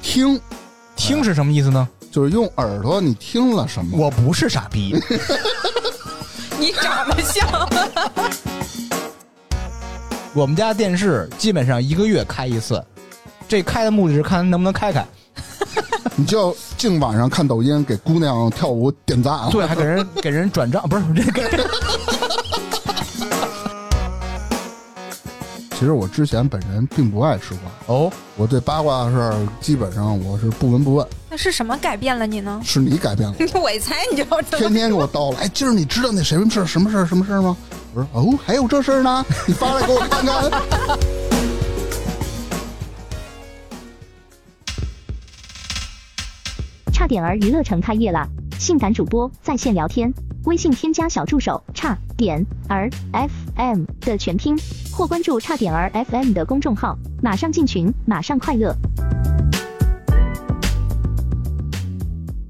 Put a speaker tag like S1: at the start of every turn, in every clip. S1: 听，
S2: 听是什么意思呢？
S1: 就是用耳朵你听了什么。
S2: 我不是傻逼，
S3: 你长得像，
S2: 我们家电视基本上一个月开一次，这开的目的是看能不能开开，
S1: 你就要净晚上看抖音，给姑娘跳舞点赞。啊
S2: 对，还给人给人转账，不是这个
S1: 其实我之前本人并不爱吃瓜，
S2: 哦，
S1: 我对八卦的事儿基本上我是不闻不问。
S3: 那是什么改变了你呢？
S1: 是你改变了，
S3: 我一猜你就知道
S1: 天天给我叨了。哎，今儿你知道那谁什么事儿什么事儿什么事儿吗？我说哦，还有这事儿呢，你发来给我看看。
S4: 差点儿娱乐城开业了，性感主播在线聊天，微信添加小助手差点儿 FM 的全拼，或关注差点儿 FM 的公众号，马上进群，马上快乐。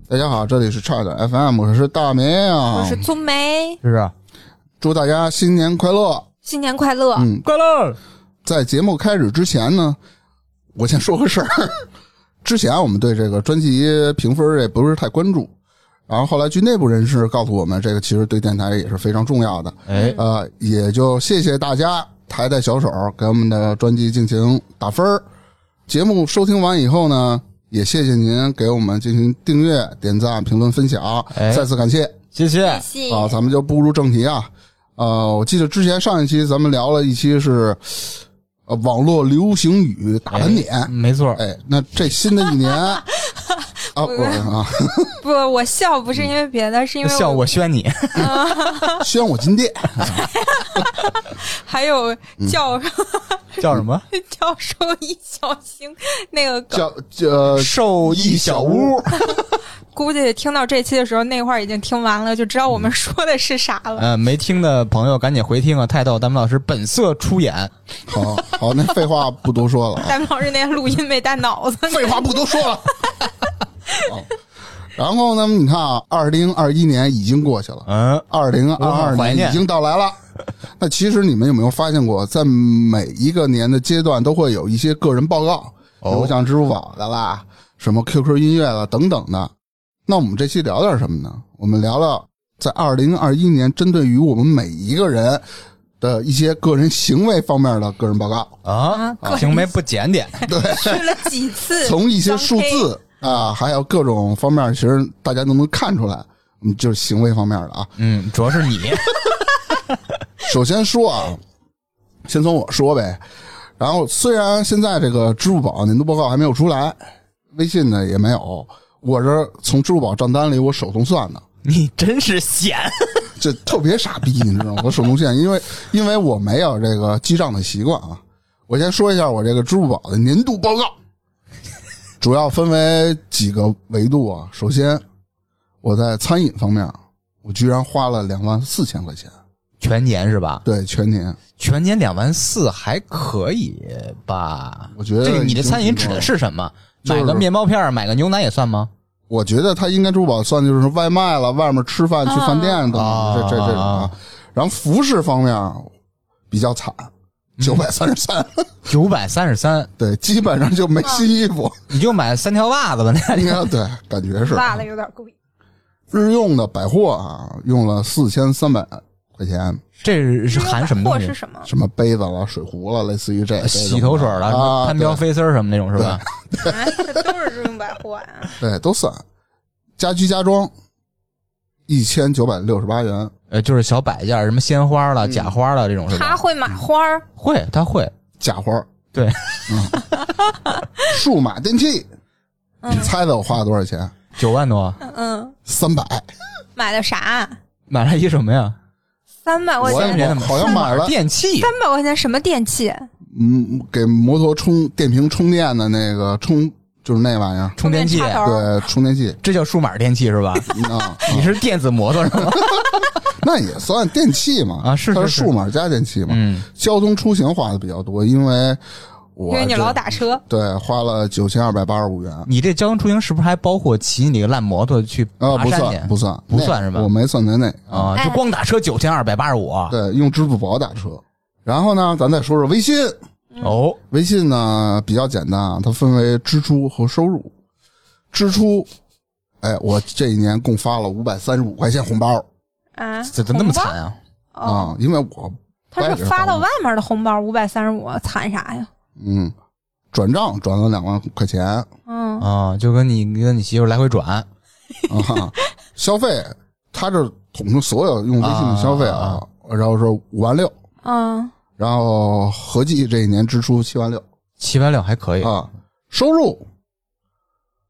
S1: 大家好，这里是差点 FM，我是大明
S3: 我
S1: 啊
S3: 是，宗梅，
S2: 是不啊是？
S1: 祝大家新年快乐。
S3: 新年快乐！
S1: 嗯
S2: 快乐，
S1: 在节目开始之前呢，我先说个事儿。 之前啊我们对这个专辑评分也不是太关注，然后后来据内部人士告诉我们，这个其实对电台也是非常重要的。
S2: 哎，
S1: 呃，也就谢谢大家抬抬小手给我们的专辑进行打分儿。节目收听完以后呢，也谢谢您给我们进行订阅、点赞、评论、分享，
S2: 哎
S1: 再次感谢。
S2: 谢谢，
S3: 谢
S1: 啊，咱们就步入正题啊。呃，我记得之前上一期咱们聊了一期是呃网络流行语大盘点，哎
S2: 没错，
S1: 那这新的一年啊，不啊，
S3: 不，我笑不是因为别的，是因为
S2: 笑我宣 你，
S1: 宣我金店，
S3: 还有教
S2: 叫什么？
S3: 教授一小星 那个梗，
S1: 叫呃
S2: 受益小屋，
S3: 估计听到这期的时候，那会儿已经听完了，就知道我们说的是啥
S1: 嗯
S3: 了。
S2: 呃，没听的朋友赶紧回听啊！太逗，咱们老师本色出演，
S1: 好好，那废话不多说了啊，
S3: 大明老师那天录音没带脑 子，
S1: 废话不多说了。好然后呢，你看啊，二零二一年已经过去了，
S2: 嗯，
S1: 二零
S2: 我
S1: 二
S2: 很
S1: 二
S2: 怀
S1: 年
S2: 念
S1: 已经到来了。那其实你们有没有发现过，在每一个年的阶段都会有一些个人报告，比
S2: 哦
S1: 如像支付宝的啦，什么 QQ 音乐啦等等的。那我们这期聊点什么呢？我们聊聊在二零二一年针对于我们每一个人的一些个人行为方面的个人报 告，
S2: 啊，行为不检点，
S3: 去了几次，
S1: 从一些数字啊，还有各种方面，其实大家都能看出来，嗯，就是行为方面的啊。
S2: 嗯，主要是你，
S1: 首先说啊，先从我说呗。然后虽然现在这个支付宝年度报告还没有出来，微信呢也没有，我是从支付宝账单里我手动算的，
S2: 你真是闲，
S1: 这特别傻逼，你知道吗？我 手动算，因为因为我没有这个记账的习惯啊。我先说一下我这个支付宝的年度报告，主要分为几个维度啊。首先，我在餐饮方面，我居然花了两万四千块钱，
S2: 全年是吧？
S1: 对全年，
S2: 全年两万四还可以吧？
S1: 我觉得
S2: 这个你的
S1: 已经
S2: 餐饮
S1: 呃挺
S2: 指
S1: 高了
S2: 的是什么？
S1: 就是
S2: 买个面包片儿，买个牛奶也算吗？
S1: 我觉得他应该支付宝算就是外卖了，外面吃饭去饭店等等、
S2: 啊
S1: 这这这种啊
S2: 啊。
S1: 然后服饰方面比较 惨，九百三十三，
S2: 九百三十三，
S1: 对，基本上就没新衣服。
S2: 你就买三条袜子吧，那
S1: 应该对，感觉是
S3: 辣了有点贵。
S1: 日用的百货啊，用了四千三百块钱，
S2: 这是含什么
S3: 货
S2: 东
S3: 是
S2: 西？呃
S3: 什么？
S1: 什么杯子了、水壶了，类似于这这种
S2: 哎洗头水了，什么
S1: 啊，
S2: 潘彪飞丝儿什么那种是吧？
S3: 啊，这都是日用百 货啊！
S1: 对对都算。家居家装一千九百六十八元，
S2: 呃，就是小摆件儿，什么鲜花了、假花了这种是
S3: 他
S2: 吧？
S3: 会买花儿，
S2: 会，他会，
S1: 假花儿
S2: 对，
S1: 数码电器，你猜猜我花了多少钱？
S2: 九万多
S3: 嗯，
S1: 三百。
S3: 买的啥？
S2: 买了一什么呀？
S3: 三百块
S1: 我
S3: 钱，
S1: 也
S2: 的
S1: 好像买了
S2: 电器，
S3: 三百块钱什么电器？
S1: 嗯，给摩托充电瓶充电的那个充，就是那玩意儿，
S2: 充电器，
S3: 插头儿，
S1: 对，充电器
S2: 这叫数码电器是吧？
S1: 嗯啊，
S2: 你是电子摩托是吗？
S1: 那也算电器嘛
S2: 啊是
S1: 它
S2: 是
S1: 是数码加电器嘛。
S2: 嗯，
S1: 交通出行花的比较多，因为我
S3: 因为你
S1: 这
S3: 老打车，
S1: 对花了九千二百八十五元。
S2: 你这交通出行是不是还包括骑你那个烂摩托去
S1: 啊，
S2: 爬
S1: 不
S2: 山去
S1: 算，？不算，
S2: 不算是吧
S1: 那我没算在内啊。
S2: 啊，就光打车九千二百八十五，
S1: 对，用支付宝打车。然后呢，咱再说说微信，
S2: 哦，
S1: 微信呢比较简单啊，它分为支出和收入。支出，哎，我这一年共发了五百三十五块钱红包
S3: 啊，
S2: 怎么那么惨啊？
S1: 啊、
S3: 哦，
S1: 因为我
S3: 他
S1: 我也
S3: 是
S1: 是
S3: 发到
S1: 红包
S3: 外面的红包五百三十五，惨啥呀？
S1: 嗯转账转了两万块钱啊
S3: 嗯，
S2: 啊，就跟你跟你媳妇来回转，
S1: 啊 消费，他这统称所有用微信的消费啊，然后说五万六，
S3: 嗯，
S1: 然后合计这一年支出七万六
S2: 七万六还可以。
S1: 啊，收入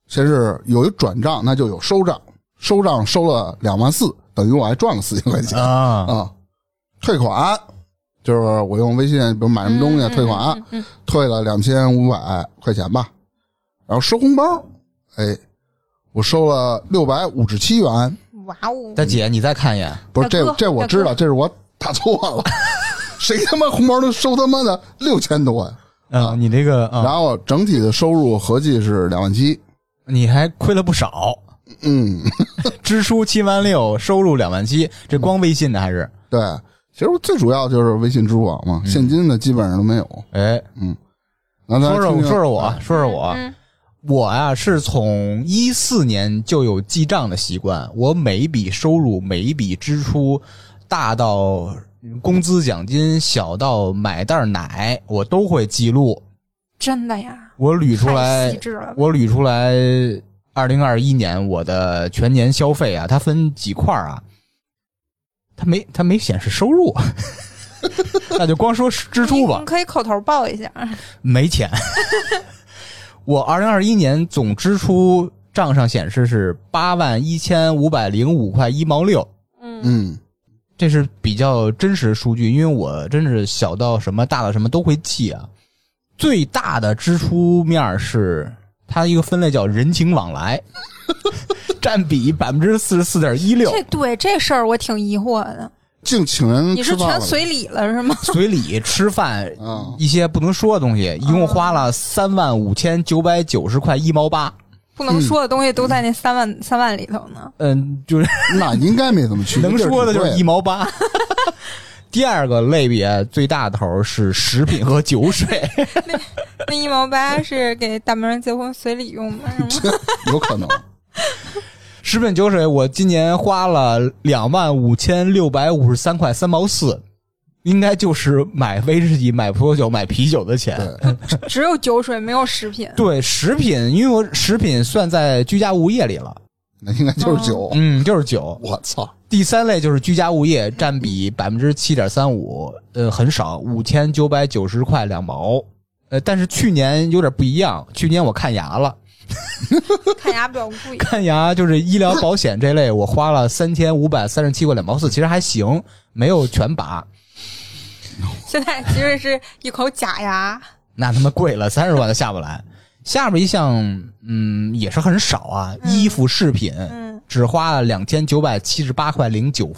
S1: 先是有一转账，那就有收账，收账收了两万四，等于我还赚了四千块钱
S2: 啊，
S1: 啊。退款就是我用微信，比如买什么东西、
S3: 嗯
S1: 退款，，
S3: 嗯嗯嗯
S1: 退了两千五百块钱吧。然后收红包，哎，我收了六百五十七元，
S3: 嗯哇哦，
S2: 大姐，你再看一眼，
S1: 不是
S3: 大
S1: 这
S3: 哥
S1: 这我
S3: 大
S1: 知道，
S3: 哥
S1: 这是我打错了。 谁他妈红包能收他妈的六千多呀？
S2: 嗯，你这个，
S1: 然
S2: 啊，
S1: 后整体的收入合计是两万七，
S2: 你还亏了不少，
S1: 嗯，
S2: 支出七万六，收入两万七，这光微信的还是？
S1: 对。其实最主要就是微信、支付宝嘛，
S3: 嗯
S1: 现金的基本上都没有。
S2: 哎，
S1: 那咱
S2: 说说
S1: 听听哎
S2: 说说我，说说我，
S3: 嗯
S2: 我呀、是从一四年就有记账的习惯，我每一笔收入、每一笔支出，大到工资奖金，小到买袋奶，我都会记录。
S3: 真的呀，
S2: 我捋出
S3: 太
S2: 来
S3: 细，致了，
S2: 我捋出来，二零二一年我的全年消费啊，它分几块儿啊？它没它没显示 收入，那就光说支出吧
S3: 你。可以口头报一下，
S2: 没钱。 我二零二一年总支出账上显示是八万一千五百零五块一毛六，
S3: 嗯
S1: 嗯，
S2: 这是比较真实的数据，因为我真是小到什么大到什么都会记啊。最大的支出面儿是它一个分类叫人情往来，占比百分之四十四点一六，
S3: 这对这事儿我挺疑惑的，
S1: 净请
S2: 嗯
S1: 人
S3: 你
S1: 吃
S3: 是
S1: 饭
S3: 全
S1: 了。
S3: 随礼了 是吗？
S2: 随礼、吃饭
S1: 嗯，
S2: 一些不能说的东西，一共花了三万五千九百九十块一毛八。
S3: 不能说的东西都在那三万三万里头呢。
S2: 嗯，就是
S1: 那应该没怎么去，
S2: 能说的就是一
S1: 一
S2: 毛八。 第二个类别最大头是食品和酒水，
S3: 那一毛八是给大明儿结婚随礼用的， 是吗？
S1: 有可能。
S2: 食品酒水我今年花了两万五千六百五十三块三毛四，应该就是买威士忌、买葡萄酒、买啤酒的钱。
S1: 对，
S3: 只有酒水没有食品。
S2: 对食品，因为我食品算在居家物业里了，
S1: 那应该就是酒。
S2: 嗯，就是 酒。
S1: 我操，
S2: 第三类就是居家物业，占比百分之七点三五，呃，很少，五千九百九十块两毛。呃，但是去年有点不一样，去年我看牙了，
S3: 看牙比较贵。
S2: 看牙就是医疗保险这类，我花了三千五百三十七块两毛四，其实还行，没有全拔。
S3: 现在其实是一口假牙，
S2: 那他妈贵了，三十万都下不来。下边一项，嗯，也是很少啊，
S3: 嗯
S2: 衣服饰品
S3: 嗯，
S2: 只花了两千九百七十八块零九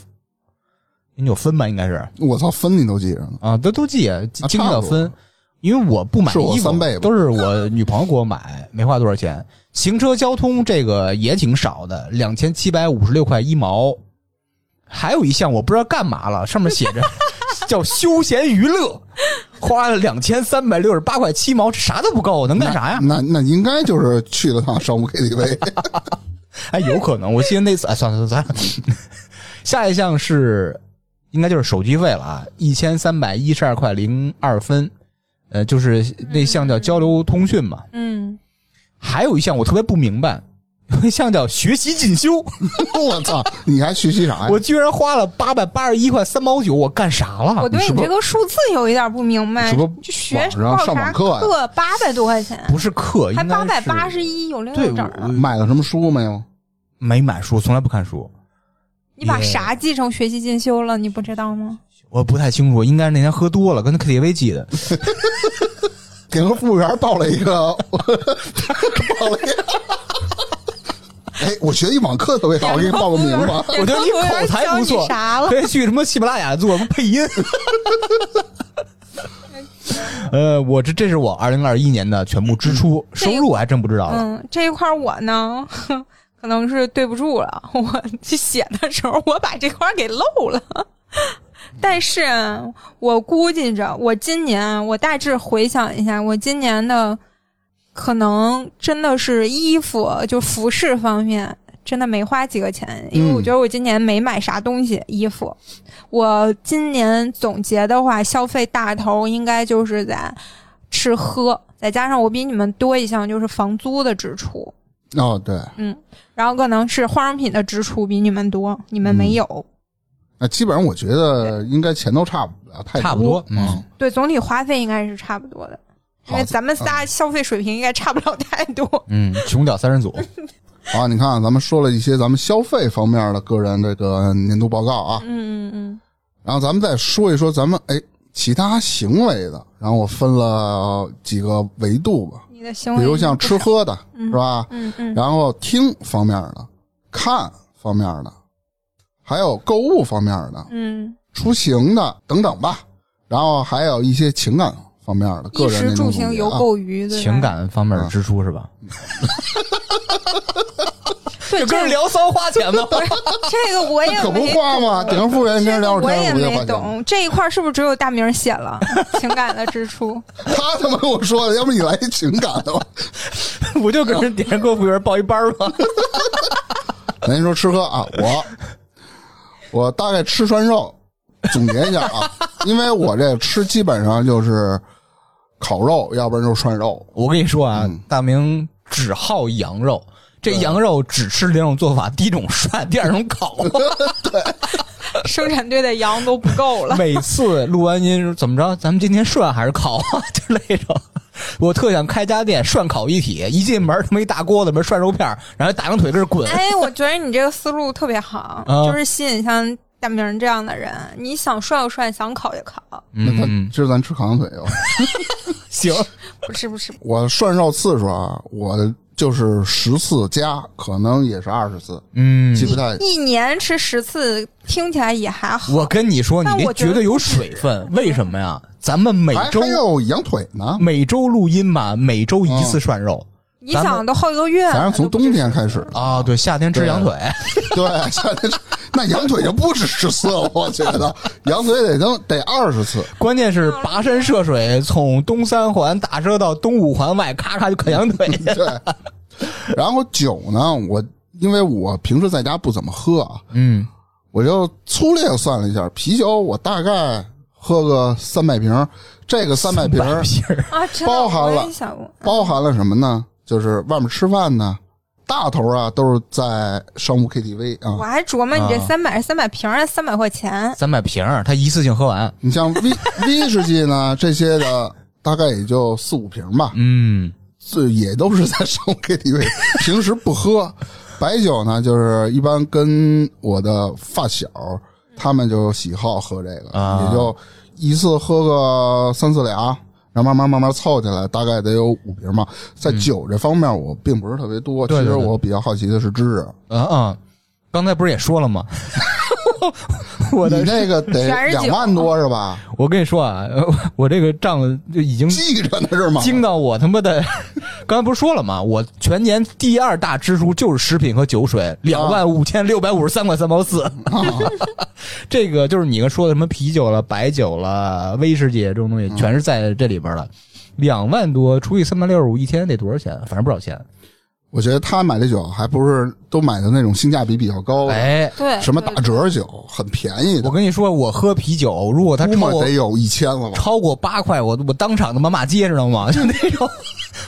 S2: 零九分吧，应该是。
S1: 我操，分你都记着呢。
S2: 啊，都都记，
S1: 啊
S2: 经
S1: 差
S2: 得
S1: 不多
S2: 分。因为我不买
S1: 是我
S2: 衣服
S1: 三倍吧，
S2: 都是我女朋友给我买，没花多少钱。行车交通这个也挺少的，两千七百五十六块一毛。还有一项我不知道干嘛了，上面写着 叫休闲娱乐，花了两千三百六十八块七毛，这啥都不够，能干啥呀？
S1: 那那应该就是去了趟商务 KTV，
S2: 哎，有可能，我记得那次，哎，算了算了算了。 下一项是，应该就是手机费了啊，一千三百一十二块零二分，呃，就是那项叫交流通讯嘛。
S3: 嗯，
S2: 还有一项我特别不明白，有一项叫学习进修，
S1: 我操，你还学习
S3: 哎
S1: 啥呀？
S2: 我居然花了八百八十一块三毛九，我干啥
S3: 我
S2: 了？
S3: 对你这个数字有一点不明白
S1: 是不是，
S3: 就学
S1: 网上上网课呀
S3: 课八百多块钱，
S2: 不是课，
S3: 还
S2: 啊应该
S3: 八
S2: 是
S3: 百八十一，有零
S2: 对，
S3: 有整
S2: 我
S3: 啊！
S1: 买了什么书没有？
S2: 没买书，从来不看书，
S3: 你把
S2: 也
S3: 啥继承学习进修了？你不知道吗？
S2: 我不太清楚，应该是那天喝多了，跟 KTV 记的。
S1: 给个服务员报了一个，报了一个。 哎，我学一网课特别好，我给你报个名 吧。
S2: 我觉得你口才不错
S3: 教你啥， 了
S2: 可以去什么喜马拉雅做什么 配音。呃，我这这是我二零二一年的全部支出，收入我还真不知道了。
S3: 嗯，这一块儿我呢，可能是对不住了。我去写的时候，我把这块儿给漏了。 但是啊我估计着，我今年啊我大致回想一下，我今年的可能真的是衣服就服饰方面。真的没花几个钱，因为我
S1: 嗯
S3: 觉得我今年没买啥东西，衣服。我今年总结的话，消费大头应该就是在吃喝，再加上我比你们多一项就是房租的支出，嗯
S1: 哦，对，
S3: 然后可能是化妆品的支出比你们多，你们没有。
S1: 那基本上我觉得应该钱都差不了太
S2: 差不多
S1: 多，
S2: 嗯
S3: 对，总体花费应该是差不多的，因
S1: 好嗯
S3: 为咱们仨消费水平应该差不了太多。
S2: 嗯，穷屌三人组，
S1: 啊，你看啊咱们说了一些咱们消费方面的个人这个年度报告啊，
S3: 嗯嗯嗯，
S1: 然后咱们再说一说咱们哎其他行为的，然后我分了几个维度吧，
S3: 你的行为，
S1: 比如像吃，喝的
S3: 嗯
S1: 是吧？
S3: 嗯嗯，
S1: 然后听方面的，看方面的，还有购物方面的，
S3: 嗯，
S1: 出行的等等吧。然后还有一些情感方面的，个
S3: 嗯衣
S1: 人
S3: 食
S1: 那种
S3: 住
S1: 总
S3: 行
S1: 结
S3: 游
S1: 啊
S3: 购娱， 对吧
S2: 情感方面的支出是吧？
S3: 对这
S2: 聊骚花钱 吗？
S3: 这个我也
S1: 那可不
S3: 没
S1: 花吗？
S3: 懂
S1: 顶上富人跟
S3: 这
S1: 人
S3: 个
S1: 聊会
S3: 我也
S1: 天，不就
S3: 没
S1: 花钱？
S3: 懂这一块是不是只有大明写了 情感的支出？
S1: 他他妈跟我说的，要不你来一情感的吧？
S2: 不就跟人点上客服员报一班吗？
S1: 咱先说吃喝啊，我我大概吃涮肉，总结一下啊，因为我这吃基本上就是烤肉，要不然就是涮肉，
S2: 我跟你说啊
S1: 嗯，
S2: 大明只好羊肉，这羊肉只吃两种做法：第一种涮，第二种烤。
S3: 生产队的羊都不 够了。
S2: 每次录完音怎么着，咱们今天涮还是烤啊？就那种。我特想开家店涮烤一体，一进门他妈一大锅子门涮肉片儿，然后大羊腿跟着 滚。
S3: 哎，我觉得你这个思路特别好，
S2: 啊
S3: 就是吸引像大明这样的人。你想涮就涮，想烤就烤，
S1: 那他
S2: 嗯，
S1: 就是咱吃烤羊腿吧。
S2: 行，
S3: 不是不是，
S1: 我涮肉次数啊，我就是十次加，可能也是二十次，
S2: 嗯，
S1: 记不太。
S3: 一年吃十次听起来也还好。
S2: 我跟你说，你
S3: 但
S2: 这
S3: 我觉
S2: 绝
S3: 得
S2: 对有水分，为什么呀？咱们每
S1: 还
S2: 周
S1: 还有羊腿呢，
S2: 每周录音嘛，每周一次涮肉、
S3: 你想都好几个月了，
S1: 咱是从冬天开始的，
S2: 啊，对，夏天吃羊腿，
S1: 对， 夏天吃那羊腿就不止十次了，我觉得羊腿得能得二十次，
S2: 关键是跋山涉水，从东三环打车到东五环外，咔咔就啃羊 腿去。
S1: 对。然后酒呢，我因为我平时在家不怎么喝啊，
S2: 嗯，
S1: 我就粗略算了一下，啤酒我大概喝个三百瓶，这个三百瓶
S2: 白皮儿，
S3: 啊，真的
S1: 包含了
S3: 我也想过
S1: 包含了什么呢？就是外面吃饭呢，大头啊都是在商务 KTV
S3: 我
S1: 啊。
S3: 还琢磨你这
S2: 啊
S3: 三百三百瓶三百块钱，
S2: 三百瓶儿，他一次性喝完。
S1: 你像威威士忌呢这些的，大概也就四五瓶吧，
S2: 嗯，
S1: 这也都是在商务 KTV，平 时不喝。白酒呢，就是一般跟我的发小他们就喜好喝这个，
S2: 啊
S1: 也就一次喝个三四两，然后慢慢慢慢凑起来，大概得有五瓶吧。在酒这方面，我并不是特别多。
S2: 嗯对对
S1: 其
S2: 对
S1: 实我比较好奇的是芝芝，
S2: 啊啊，刚才不是也说了吗？我
S1: 你
S2: 的，
S1: 那个得
S3: 全是酒
S1: 两万多是吧？
S2: 我跟你说啊， 呃我这个账就已经
S1: 记着呢是吗？
S2: 惊到我他妈的！ 刚才不是说了吗？我全年第二大支出就是食品和酒水，两万五千六百五十三块三毛四。这个就是你刚说的什么啤酒了、白酒了、威士忌这种东西，全是在这里边了。两万多除以三百六十五，一天得多少钱？反正不少钱。
S1: 我觉得他买的酒还不是都买的那种性价比比较高的，
S2: 哎，
S3: 对，
S1: 什么
S3: 对
S1: 打折酒，很便宜的
S2: 我。跟你说，我喝啤酒，如果它
S1: 估
S2: 超
S1: 摸
S2: 过
S1: 得有一千了吧？
S2: 超过八块，我我当场他妈骂街，知道吗？就 那种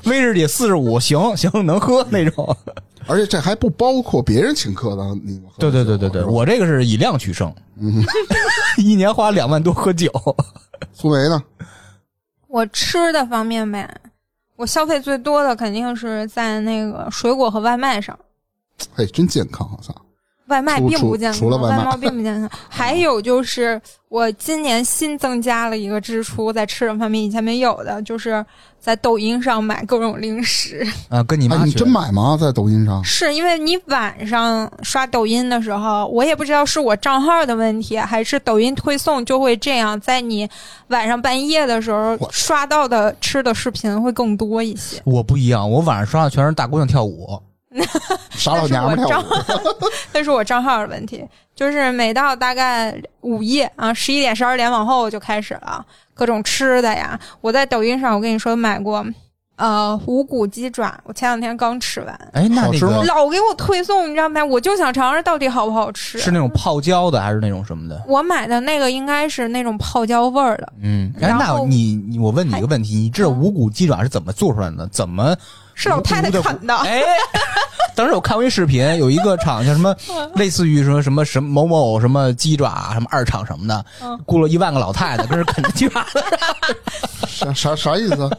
S2: 威士忌四十五，行 行能喝那种。
S1: 而且这还不包括别人请客的你们喝
S2: 对
S1: 的酒。
S2: 对对对对，
S1: 是吧
S2: 我这个是以量取胜，
S1: 嗯，
S2: 一年花两万多喝酒。
S1: 苏梅呢？
S3: 我吃的方面呗，我消费最多的肯定是在那个水果和外卖上。
S1: 嘿，哎真健康，啊我操！
S3: 外卖并不健康，
S1: 除除除了外
S3: 外
S1: 卖
S3: 并 不健康。还有就是，我今年新增加了一个支出，在吃的方面以前没有的，就是在抖音上买各种零食。
S2: 啊，跟你
S1: 哎，
S2: 妈
S1: 你
S2: 学
S1: 真买吗？在抖音上？
S3: 是因为你晚上刷抖音的时候，我也不知道是我账号的问题，还是抖音推送就会这样，在你晚上半夜的时候
S1: 我
S3: 刷到的吃的视频会更多一些。
S2: 我不一样，我晚上刷的全是大姑娘跳舞，
S1: 傻老娘们
S3: 那是
S1: 跳
S3: 我
S1: 舞，
S3: 那是我账号的问题，就是每到大概午夜啊，十一点、十二点往后就开始了，各种吃的呀。我在抖音上，我跟你说买过，呃，无骨鸡爪，我前两天刚吃完，
S2: 哎，那
S1: 好
S2: 那
S1: 吃吗
S2: 个
S3: 老给我推送，你知道吗？我就想尝尝到底好不好吃。
S2: 是那种泡椒的还是那种什么的？
S3: 我买的那个应该是那种泡椒味儿的，
S2: 嗯，哎，
S3: 然
S2: 那
S3: 后
S2: 你你我问你一个问题，你知道无骨鸡爪是怎么做出来的呢？怎么
S3: 是老太太
S2: 无骨的
S3: 啃的。
S2: 哎， 当时我看过一视频，有一个厂叫什么，
S3: 嗯
S2: 类似于什么什么什么某某什么鸡爪什么二厂什么的
S3: 嗯，
S2: 雇了一万个老太太跟着啃着鸡爪 子。
S1: 啥啥啥意 思？啊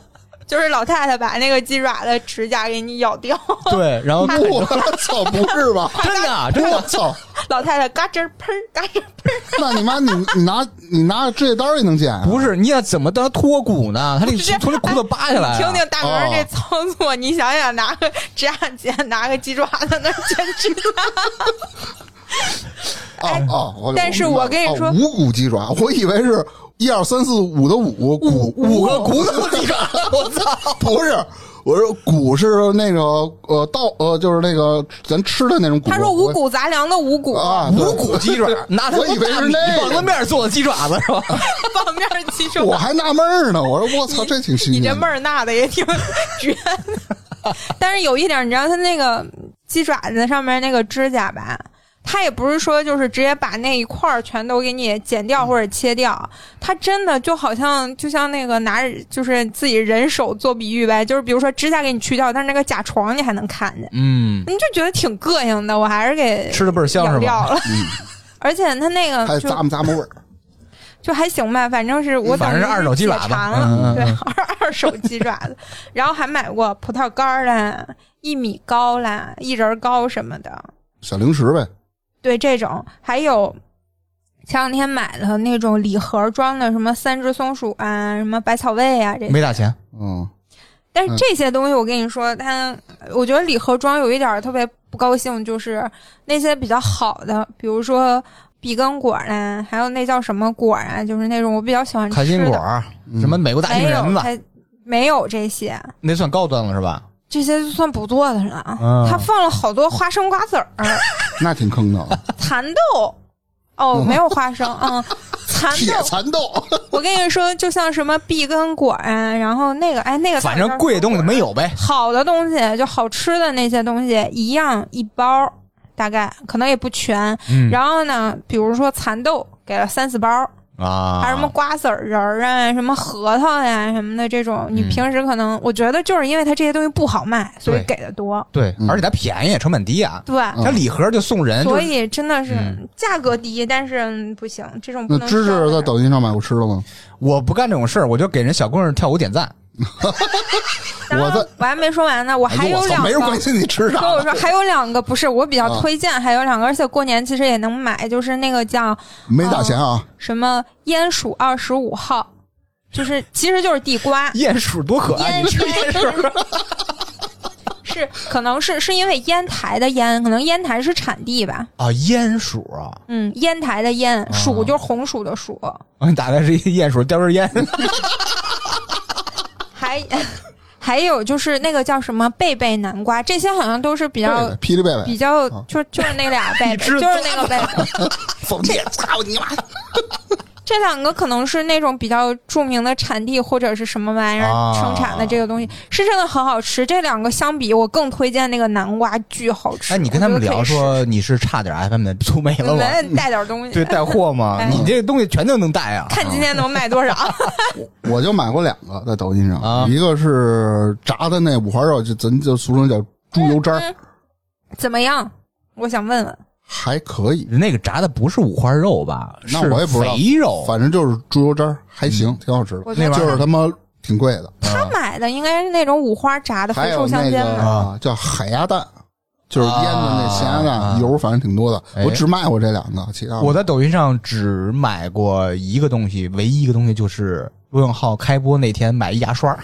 S3: 就是老太太把那个鸡爪的指甲给你咬掉，
S2: 对，然后啃着
S1: 我操，不是吧？
S2: 真的哦 啊真
S1: 我
S2: 的，
S1: 操！
S3: 老太太嘎吱儿喷儿嘎吱儿
S1: 那你妈你你拿你拿指甲刀也能剪啊？
S2: 不是你要怎么当脱骨呢？他得从从那骨头
S1: 哎
S2: 扒下来啊。
S3: 听听
S1: 哦
S3: 大明儿这操作，你想想拿个指甲剪，拿个鸡爪子那儿剪指甲，
S1: 哦哦，我
S3: 哎但是我跟你说
S1: 哦五骨鸡爪，我以为是一二三四五的五骨
S2: 五个骨头鸡爪， 我操！
S1: 不是，我说骨是那个呃稻呃就是那个咱吃的那种骨。
S3: 他说五谷杂粮的五谷，
S1: 我啊，对
S2: 五骨鸡 爪，拿他
S1: 我以为是那
S2: 棒子
S1: 个，
S2: 面做的鸡爪子是吧？
S3: 方面鸡爪。
S1: 我还纳闷儿呢。我说我操，这挺新
S3: 你
S1: 鲜
S3: 这
S1: 的。
S3: 闷儿纳的也挺绝的。但是有一点，你知道他那个鸡爪子上面那个指甲吧，他也不是说就是直接把那一块儿全都给你剪掉或者切掉，他真的就好像就像那个拿就是自己人手做比喻呗，就是比如说指甲给你去掉，但是那个甲床你还能看见。
S2: 嗯，
S3: 你就觉得挺膈应的，我还是给
S2: 吃的倍儿香
S3: 咬
S2: 是
S3: 掉
S2: 吧？
S3: 了。 而且它那个
S1: 嗯还
S3: 就
S1: 咂摸咂摸味儿，
S3: 就还行吧，反正是我
S2: 反正是
S3: 等于
S2: 二手鸡
S3: 解
S2: 爪子
S3: 馋
S2: 嗯嗯
S3: 了，对
S2: 嗯，
S3: 二二手鸡爪子，然后还买过葡萄干儿啦、一米糕啦、一人糕什么的，
S1: 小零食呗。
S3: 对这种，还有前两天买了那种礼盒装的什么三只松鼠啊、什么百草味啊这些，
S2: 没打钱，
S1: 嗯，
S3: 但是这些东西我跟你说，它我觉得礼盒装有一点儿特别不高兴，就是那些比较好的，比如说。碧根果啦，还有那叫什么果啊？就是那种我比较喜嗯欢吃
S2: 开心
S3: 的
S2: 果儿，什
S1: 嗯
S2: 么美国大
S3: 没
S2: 杏
S3: 有
S2: 仁子，
S3: 它没有这些，
S2: 那算高端了是吧？
S3: 这些就算不做的了。
S2: 嗯
S3: 它放了好多花生瓜子儿、
S1: 那挺坑 的，啊
S3: 蚕 豆，哦，没有花生，嗯，蚕
S1: 铁
S3: 豆。
S1: 蚕豆。
S3: 我跟你说，就像什么碧根果啊，然后那个，哎，那个
S2: 反正贵的东西没有呗。
S3: 好的东西，就好吃的那些东西，一样一包，大概可能也不全。
S2: 嗯
S3: 然后呢，比如说蚕豆给了三四包，
S2: 啊，
S3: 还有什么瓜子儿仁儿啊，什么核桃呀、什么的这种，你
S2: 嗯
S3: 平时可能我觉得就是因为它这些东西不好卖，所以
S2: 对
S3: 给的多。
S2: 对，
S1: 嗯
S2: 而且它便宜，成本低啊。
S3: 对，
S1: 嗯
S2: 它礼盒就送人，就
S3: 所
S2: 是
S3: 以真的是
S2: 嗯
S3: 价格低，但是嗯不行，这种不
S1: 那
S3: 能
S1: 芝
S3: 算
S1: 芝在
S3: 的
S1: 抖音上买过吃的吗？
S2: 我不干这种事儿，我就给人小姑娘跳舞点赞。
S3: 然后
S1: 我在
S3: 我还没说完呢，我
S2: 哎
S3: 还
S2: 呦
S3: 有
S2: 我操
S3: 两
S2: 没
S3: 个。
S2: 人关心你吃啥，
S3: 所以我说还有两个不是我比较
S1: 啊
S3: 推荐，还有两个，而且过年其实也能买，就是那个叫
S1: 没打钱啊，
S3: 什么鼹鼠二十五号，就是其实就是地瓜
S2: 鼹鼠多可爱，你吃鼹鼠，
S3: 是可能是是因为烟台的烟，可能烟台是产地吧，
S2: 啊，鼹鼠啊，
S3: 嗯，烟台的烟，
S2: 哦
S3: 鼠就是红薯的鼠，
S2: 嗯大概是一鼹鼠叼根烟，
S3: 还还有就是那个叫什么贝贝南瓜，这些好像都是比
S1: 对
S3: 较
S1: 的，霹雳贝
S3: 比
S1: 贝，
S3: 较就就是那 俩贝
S2: 哦一
S3: 贝，
S2: 只
S3: 就是那个贝贝，
S2: 封面，操你妈！
S3: 这两个可能是那种比较著名的产地或者是什么玩意
S2: 啊
S3: 儿生产的这个东西，是真的很好吃。这两个相比，我更推荐那个南瓜，巨好吃。
S2: 哎，你跟他们
S3: 我觉得可
S2: 聊
S3: 以试
S2: 说你是差点 FM 的粗眉了
S3: 你
S2: 吗？
S3: 们带点东西，
S2: 对，带货吗？
S3: 哎
S2: 你这东西全都能带啊！
S3: 看今天能卖多少。
S1: 我就买过两个在抖音
S2: 啊
S1: 上，一个是炸的那五花肉，就咱就俗称叫猪油渣儿，
S3: 嗯怎么样？我想问问，
S1: 还可以。
S2: 那个炸的不是五花肉吧？
S1: 那
S2: 是
S1: 我也不知道
S2: 肥肉，
S1: 反正就是猪油渣儿，还行，挺好吃的。
S3: 我觉
S2: 嗯
S3: 得
S2: 那玩意
S1: 就
S2: 儿
S1: 是他妈挺贵的。
S3: 他买的应该是那种五花炸的
S1: 还
S3: 肥
S1: 有
S3: 瘦相
S1: 那
S3: 间
S1: 个
S3: 吧？
S1: 啊叫海鸭蛋，就是腌的那咸鸭蛋，
S2: 啊
S1: 油反正挺多的。
S2: 哎
S1: 我只卖过这两个，其他
S2: 我在抖音上只买过一个东西，唯一一个东西就是罗永浩开播那天买一牙刷。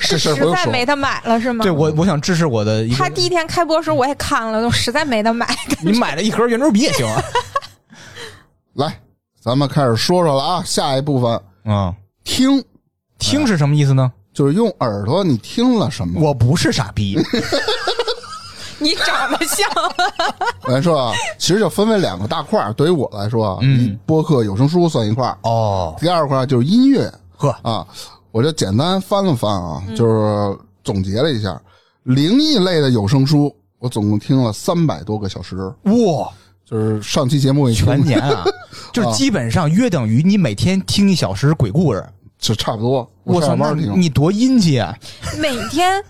S1: 这事儿不
S3: 实
S1: 用
S3: 在
S1: 说。
S3: 没得买了是吗？
S2: 对我，我想支持我的一
S3: 他
S2: 个，
S3: 第一天开播时候我也看了，都实在没得买。
S2: 你买了一盒圆珠笔也行啊。
S1: 来，咱们开始说说了啊，下一部分
S2: 嗯，
S1: 听，
S2: 听是什么意思呢？
S1: 就是用耳朵你听了什么。
S2: 我不是傻逼，
S3: 你长得像，
S1: 我先说啊，其实就分为两个大块儿。对于我来说啊，
S2: 嗯
S1: 一播客有声书算一块儿，
S2: 哦，
S1: 第二块儿就是音乐
S2: 呵，
S1: 啊。我就简单翻了翻啊，就是总结了一下，灵异类的有声书，我总共听了三百多个小时，
S2: 哇，
S1: 就是上期节目一听
S2: 全年啊，就是基本上约等于你每天听一小时鬼故事。
S1: 就差不多。
S2: 我操，
S1: 上
S2: 那
S1: 班听，
S2: 你多阴气啊！
S3: 每天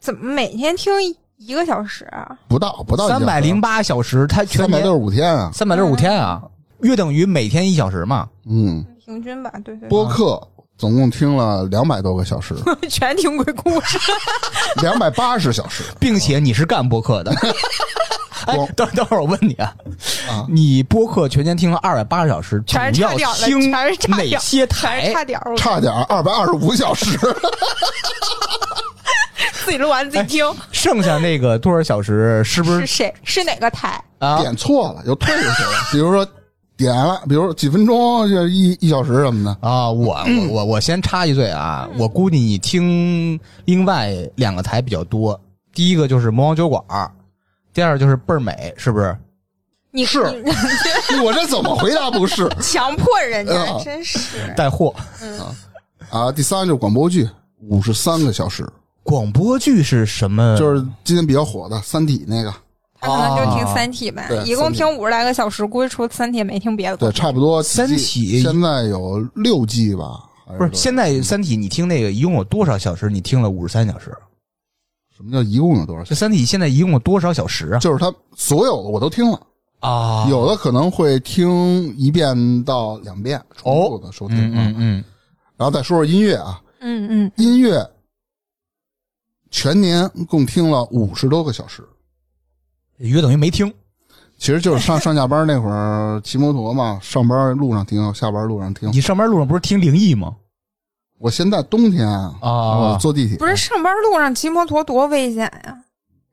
S3: 怎么每天听一个小时啊？
S1: 不到不到
S2: 三百零八小时，它全
S1: 三百
S2: 年
S1: 六十五天啊，
S2: 三百六十五天啊，约等于每天一小时嘛。
S1: 嗯，
S3: 平均吧，对对，
S1: 播客总共听了两百多个小 时，
S3: 对 全听鬼故事。
S1: 两百八十 小时。
S2: 并且你是干播客的。哎
S1: 我，
S2: 等等会儿我问你啊，
S1: 啊
S2: 你播客全年听了二百八十小时，
S3: 全是
S2: 主
S3: 差
S2: 要
S3: 点儿了
S2: 听
S3: 全是差点儿
S2: 哪些
S3: 还
S2: 台
S3: 是？差点儿，我
S1: 差点二百二十五小时，
S3: 自己录完自己听。
S2: 剩下那个多少小时？是不
S3: 是
S2: 是
S3: 谁？是哪个台？
S2: 啊？
S1: 点错了又退回去了。 比如说点了，比如说几分钟就一一小时什么的，
S2: 啊，我我我我先插一嘴啊，我估计你听另外两个台比较多，第一个就是魔王酒馆儿，第二个就是倍儿美，是不是？
S3: 你
S1: 是
S3: 你
S1: 我这怎么回答不是
S3: 强迫人家，
S1: 嗯
S3: 真是。
S2: 带货
S1: 啊？第三就是广播剧，五十三个小时，
S2: 广播剧是什么？
S1: 就是今天比较火的《三体》那个，
S3: 他可能就听
S2: 啊
S3: 《三体》吧
S1: 哦对，
S3: 一共
S1: 三体
S3: 听五十来个小时，估计除了《三体》也没听别的。
S1: 对，差不多几季。
S2: 三体
S1: 现在有六季吧？还
S2: 不是？
S1: 多
S2: 现在《三体》你听那个一共有多少小时？你听了五十三小时。
S1: 什么叫一共有多少
S2: 这《三体》现在一共有多少小时啊？
S1: 就是它所有的我都听了，
S2: 啊
S1: 有的可能会听一遍到两遍重复的收听啊
S2: 嗯嗯嗯，
S1: 然后再说说音乐啊，
S3: 嗯嗯，
S1: 音乐全年共听了五十多个小时，
S2: 约等于没听。
S1: 其实就是上上下班那会儿骑摩托嘛，上班路上听，下班路上听。
S2: 你上班路上不是听灵异吗？
S1: 我现在冬天啊，
S2: 啊
S1: 我坐地铁
S3: 不是上班路上骑摩托多危险呀！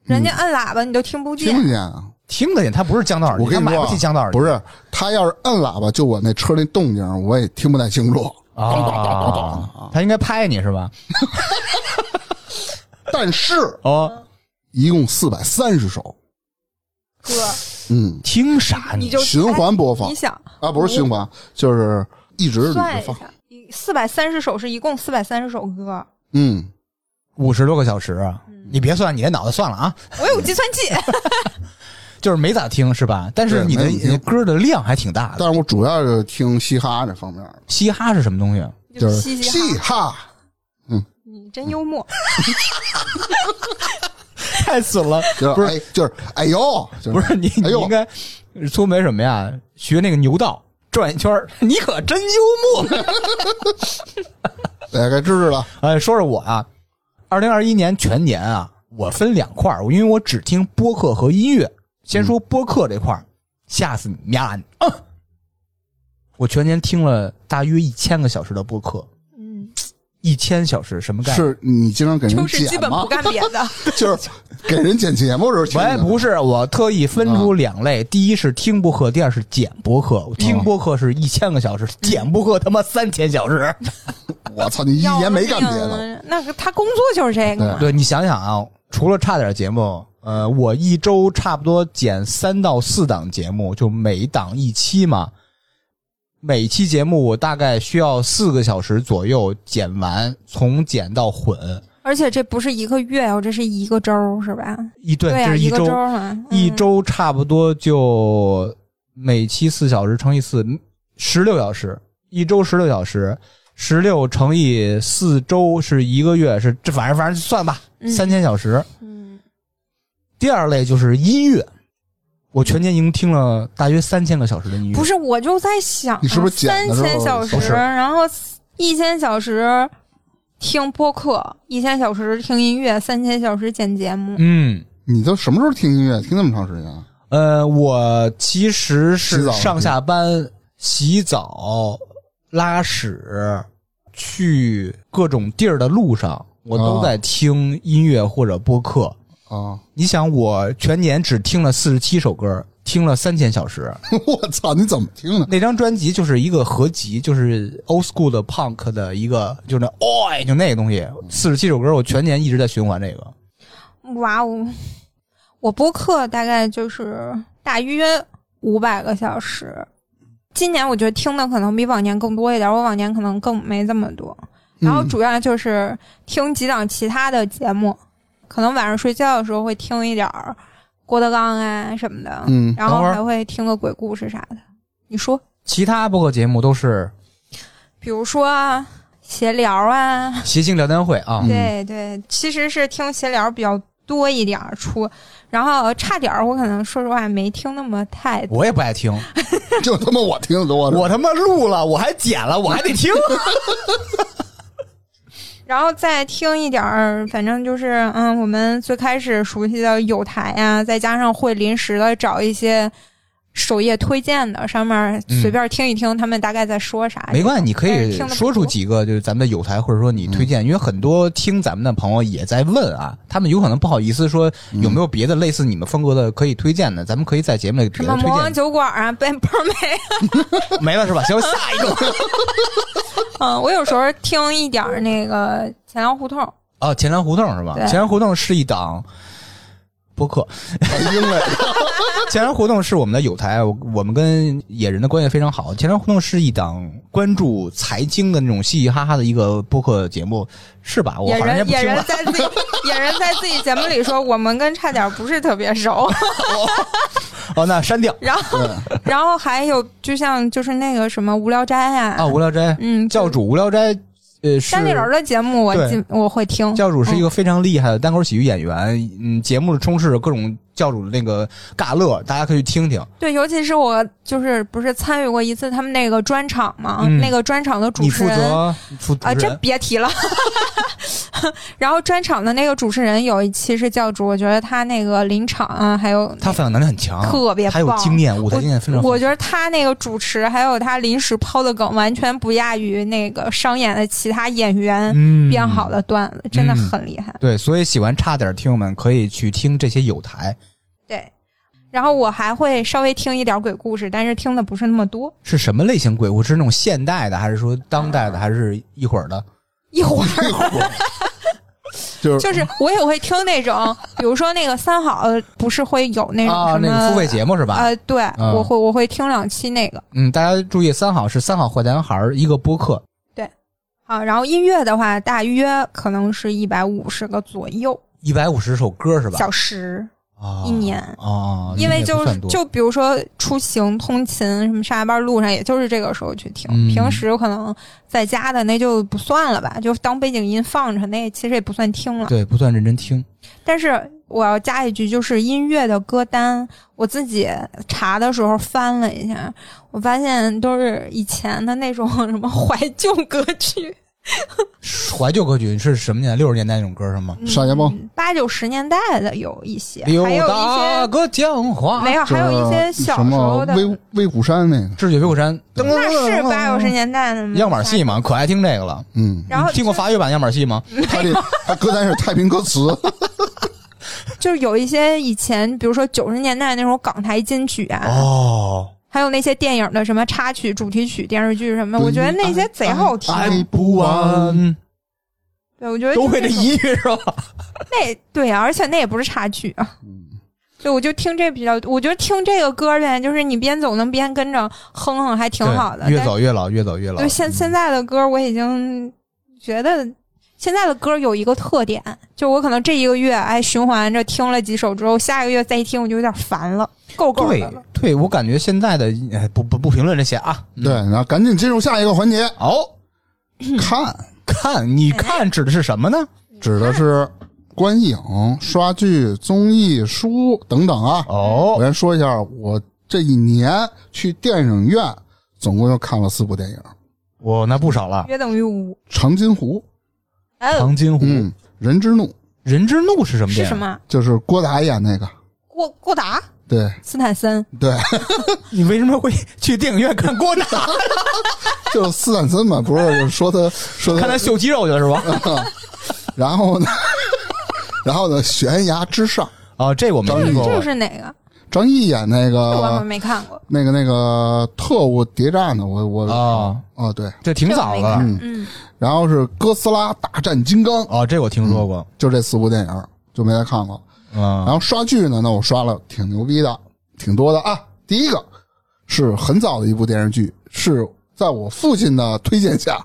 S3: 人家按喇叭你都听不
S1: 嗯听不
S3: 见，
S1: 见啊。
S2: 听得见，他不是降噪耳机，
S1: 我跟
S2: 他
S1: 你
S2: 买
S1: 说
S2: 不
S1: 啊
S2: 起降噪耳机。
S1: 不是他要是摁喇叭，就我那车那动静，我也听不太清 楚。
S2: 啊，他应该拍你是吧？
S1: 但是
S2: 哦，
S1: 一共四百三十首，
S3: 哥，
S1: 嗯，
S2: 听啥
S3: 你就哎
S1: 循环播放
S3: 你想
S1: 啊，不是循环，就是一直
S3: 算
S1: 捋着
S3: 一
S1: 放。
S3: 下，四百三十首是一共四百三十首歌，嗯
S1: 嗯，
S2: 五十多个小时啊？你别算，你那脑子算了啊，
S3: 我有计算器。
S2: 就是没咋听是吧？但是
S1: 对
S2: 你的
S1: 没怎么听
S2: 歌的量还挺大的。
S1: 但是我主要是听嘻哈这方面的，
S2: 嘻哈是什么东西？
S1: 就
S3: 就
S1: 是
S3: 是嘻嘻哈哈，
S1: 哈。
S3: 你真幽默。
S2: 太损了，
S1: 就是
S2: 不是
S1: 哎，就是哎呦，就是
S2: 不是你，你
S1: 哎
S2: 应
S1: 呦，
S2: 该苏梅什么呀？学那个牛道转一圈儿， 你可真幽默。
S1: 大概知识了。
S2: 哎，说说我啊，二零二一年全年啊，我分两块儿，因为我只听播客和音乐。先说播客这块儿，吓死你呀！嗯我全年听了大约一千个小时的播客，
S3: 嗯，
S2: 一千小时什么概念？
S1: 是你经常给人
S3: 就是基
S1: 剪
S3: 本
S1: 吗
S3: 不？干别的。
S1: 就是给人剪节目的时候听
S2: 喂，
S1: 的，
S2: 不是，我特意分出两类，第一是听播客，第二是剪播客。听播客是一千个小时，剪播客他妈三千小时。
S1: 我操，你一
S3: 要
S1: 年没干别的，
S3: 命。啊那个他工作就是这个嘛。
S2: 对你想想啊，除了差点节目，呃，我一周差不多剪三到四档节目，就每档一期嘛。每期节目我大概需要四个小时左右剪完，从剪到混
S3: 而且这不是一个月哦，这是一个周是吧？
S2: 一对，这
S3: 呀，
S2: 是
S3: 啊一
S2: 一
S3: 个
S2: 周，
S3: 嘛，
S2: 一
S3: 嗯
S2: 周差不多就每期四小时乘以四，十六小时，一周十六小时，十六乘以四周是一个月，是这反正反正算吧，
S3: 嗯
S2: 三千小时。
S3: 嗯，
S2: 第二类就是音乐，我全年已经听了大约三千个小时的音乐。
S3: 不，是，我就在想啊，
S1: 你是不是剪
S3: 三
S1: 的时候
S3: 千小时，
S1: 不是
S3: 然后一千小时听播客，一千小时听音乐，三千小时剪节目，
S2: 嗯，
S1: 你都什么时候听音乐？听那么长时间啊？
S2: 呃，我其实
S1: 洗
S2: 是
S1: 澡
S2: 上下班、洗澡、拉屎、去各种地儿的路上，我都
S1: 啊
S2: 在听音乐或者播客。
S1: 啊，
S2: 你想，我全年只听了四十七首歌，听了三千小时。
S1: 我操，你怎么听的？
S2: 那张专辑就是一个合集，就是 old school 的 punk 的一个，就是那 oi
S1: 嗯
S2: 就那个东西，四十七首歌，我全年一直在循环这个。
S3: 哇哦！我播客大概就是大约五百个小时。今年我觉得听的可能比往年更多一点，我往年可能更没这么多。
S1: 嗯
S3: 然后主要就是听几档其他的节目，可能晚上睡觉的时候会听一点儿郭德纲啊什么的，
S1: 嗯
S3: 然后
S2: 等会儿
S3: 还会听个鬼故事啥的。你说，
S2: 其他播客节目都是
S3: 比如说闲聊啊，
S2: 谐星聊天会啊，
S1: 嗯
S3: 对对，其实是听闲聊比较多一点儿出，然后差点儿我可能说实话没听那么太多。
S2: 我也不爱听，
S1: 就他妈我听得多，
S2: 我他妈录了，我还剪了，我还得听。
S3: 然后再听一点儿，反正就是嗯，我们最开始熟悉的有台呀、再加上会临时的找一些首页推荐的，上面随便听一听，他们大概在说啥。
S2: 嗯没关系，你可
S3: 但是
S2: 以
S3: 哎听得不
S2: 说出
S3: 多
S2: 几个，就是咱们的有台，或者说你推荐，因为很多听咱们的朋友也在问啊，他们有可能不好意思说有没有别的类似你们风格的可以推荐的，咱们可以在节目里给
S3: 什么
S2: 他推
S3: 魔王
S2: 荐。
S3: 酒馆啊，奔波 妹，
S2: 没了是吧？行，下一个
S3: 嗯，我有时候听一点儿那个钱粮胡同，
S2: 哦，钱粮胡同是吧？
S3: 对
S2: 钱粮胡同是一档播客，
S1: 啊因为
S2: 钱粮胡同是我们的友台，我我们跟野人的关系非常好。钱粮胡同是一档关注财经的那种嘻嘻哈哈的一个播客节目，是吧？我
S3: 野
S2: 好像也
S3: 人
S2: 不
S3: 野
S2: 听
S3: 人
S2: 了。
S3: 在自己野人在自己节目里说，我们跟差点不是特 别熟。
S2: 哦，那删掉
S3: 然后然后还有就像就是那个什么无聊斋呀、
S2: 啊！无聊斋
S3: 嗯，
S2: 教主无聊斋，呃，是
S3: 山里人的节目我
S2: 对
S3: 进我会听。
S2: 教主
S3: 嗯
S2: 是一个非常厉害的单口喜剧演员，嗯，节目充斥着各种教主的那个尬乐，大家可以去听听。
S3: 对，尤其是我就是不是参与过一次他们那个专场嘛，
S2: 嗯
S3: 那个专场的主
S2: 你
S3: 持
S2: 负
S3: 人
S2: 责负主
S3: 啊，
S2: 持
S3: 这
S2: 人，
S3: 别提了。 然后专场的那个主持人有一期是教主，我觉得他那个临场啊，还有
S2: 他反应能力很强，啊
S3: 特别棒
S2: 他有经验，舞台经验非常。
S3: 我觉得他那个主持，还有他临时抛的梗，完全不亚于那个商演的其他演员
S2: 嗯
S3: 编好的段子，真的
S2: 嗯
S3: 很厉害。
S2: 对，所以喜欢差点听友们可以去听这些有台
S3: 对，然后我还会稍微听一点鬼故事，但是听的不是那么多。
S2: 是什么类型鬼故事？是那种现代的，还是说当代的，还是一会儿的？
S3: 一会儿
S1: 就是
S3: 就是我也会听那种，比如说那个三好呃不是会有那种
S2: 啊，
S3: 什么、
S2: 那个付费节目是吧？
S3: 呃，对，
S2: 嗯
S3: 我会我会听两期那个
S2: 嗯，大家注意，三好是三好坏男孩儿一个播客，
S3: 啊。然后音乐的话，大约可能是一百五十个左右
S2: 一百五十首歌是吧？
S3: 小时。
S2: 啊，
S3: 一年
S2: 啊，
S3: 因为就
S2: 那也不
S3: 是
S2: 算多
S3: 就比如说出行通勤什么上下班路上，也就是这个时候去听。
S2: 嗯
S3: 平时可能在家的那就不算了吧，就当背景音放着，那其实也不算听了。
S2: 对不算认真听。
S3: 但是我要加一句，就是音乐的歌单，我自己查的时候翻了一下，我发现都是以前的那种什么怀旧歌曲，
S2: 怀旧歌曲是什么年代？六十年代那种歌是吗？
S1: 少年梦，
S3: 嗯八九十年代的有一些，还
S2: 六
S3: 有一
S2: 大
S3: 些
S2: 哥讲话，
S3: 没有，还有一些
S1: 就是
S3: 小
S1: 什
S3: 时候
S1: 么
S3: 的。
S2: 啊
S1: 威威虎山那个，
S2: 智取威虎山，
S3: 那是八九十年代的吗
S2: 样板戏嘛，可爱听这个了。
S1: 嗯，
S3: 嗯然后
S2: 你听过
S3: 就
S2: 法语版样板戏吗？
S1: 他这他歌单是太平歌词，
S3: 就是有一些以前，比如说九十年代那种港台金曲啊，
S2: 哦，
S3: 还有那些电影的什么插曲、主题曲、电视剧什么，我觉得那些
S2: 哎
S3: 贼好听。啊
S1: 爱不完，
S3: 对，我觉得
S2: 都会
S3: 这
S2: 这
S3: 种
S2: 音乐是 吧？
S3: 那对啊，而且那也不是插曲啊。
S1: 嗯
S3: 对，我就听这比较，我觉得听这个歌呗，就是你边走能边跟着哼哼，还挺好的。
S2: 对越
S3: 但
S2: 走越老，越走越老。嗯
S3: 对现现在的歌，我已经觉得现在的歌有一个特点，就我可能这一个月哎循环着听了几首之后，下个月再一听我就有点烦了，够够的
S2: 对
S3: 了。
S2: 对，我感觉现在的哎不不不评论这些啊。嗯
S1: 对，，然后赶紧进入下一个环节，
S2: 哦，
S1: 看
S2: 看你看指的是什么呢？
S1: 指的是观影、刷剧、综艺、书等等啊。我
S2: 哦，
S1: 先说一下，我这一年去电影院总共就看了四部电影，《
S2: 我那不少了。
S3: 约等于五。
S1: 长津湖》
S3: 哦，
S2: 长津湖，
S1: 嗯，《人之怒》
S2: 人之怒是什么？啊
S3: 是什？么？
S1: 就是郭达演那个，
S3: 郭郭达、
S1: 对
S3: 斯坦森，
S1: 对，
S2: 你为什么会去电影院看郭达？
S1: 就是斯坦森嘛，不是说他说
S2: 看
S1: 他
S2: 他秀肌肉去了是吧？
S1: 然后呢， 然后呢，悬崖之上，
S2: 啊，这我没
S1: 张
S2: 听
S1: 艺
S2: 过。
S3: 这是哪个？
S1: 张译演那
S3: 这我还
S1: 个
S3: 没看过。
S1: 那个那个特务谍战的，我我
S2: 啊，
S1: 哦对，
S2: 这挺早
S3: 这我没
S2: 的
S3: 看嗯，
S1: 然后是哥斯拉大战金刚，
S2: 哦，这我听说过。
S1: 就这四部电影就没再看过。
S2: 啊
S1: 然后刷剧呢，那我刷了挺牛逼的，挺多的啊。第一个是很早的一部电视剧，是在我父亲的推荐下，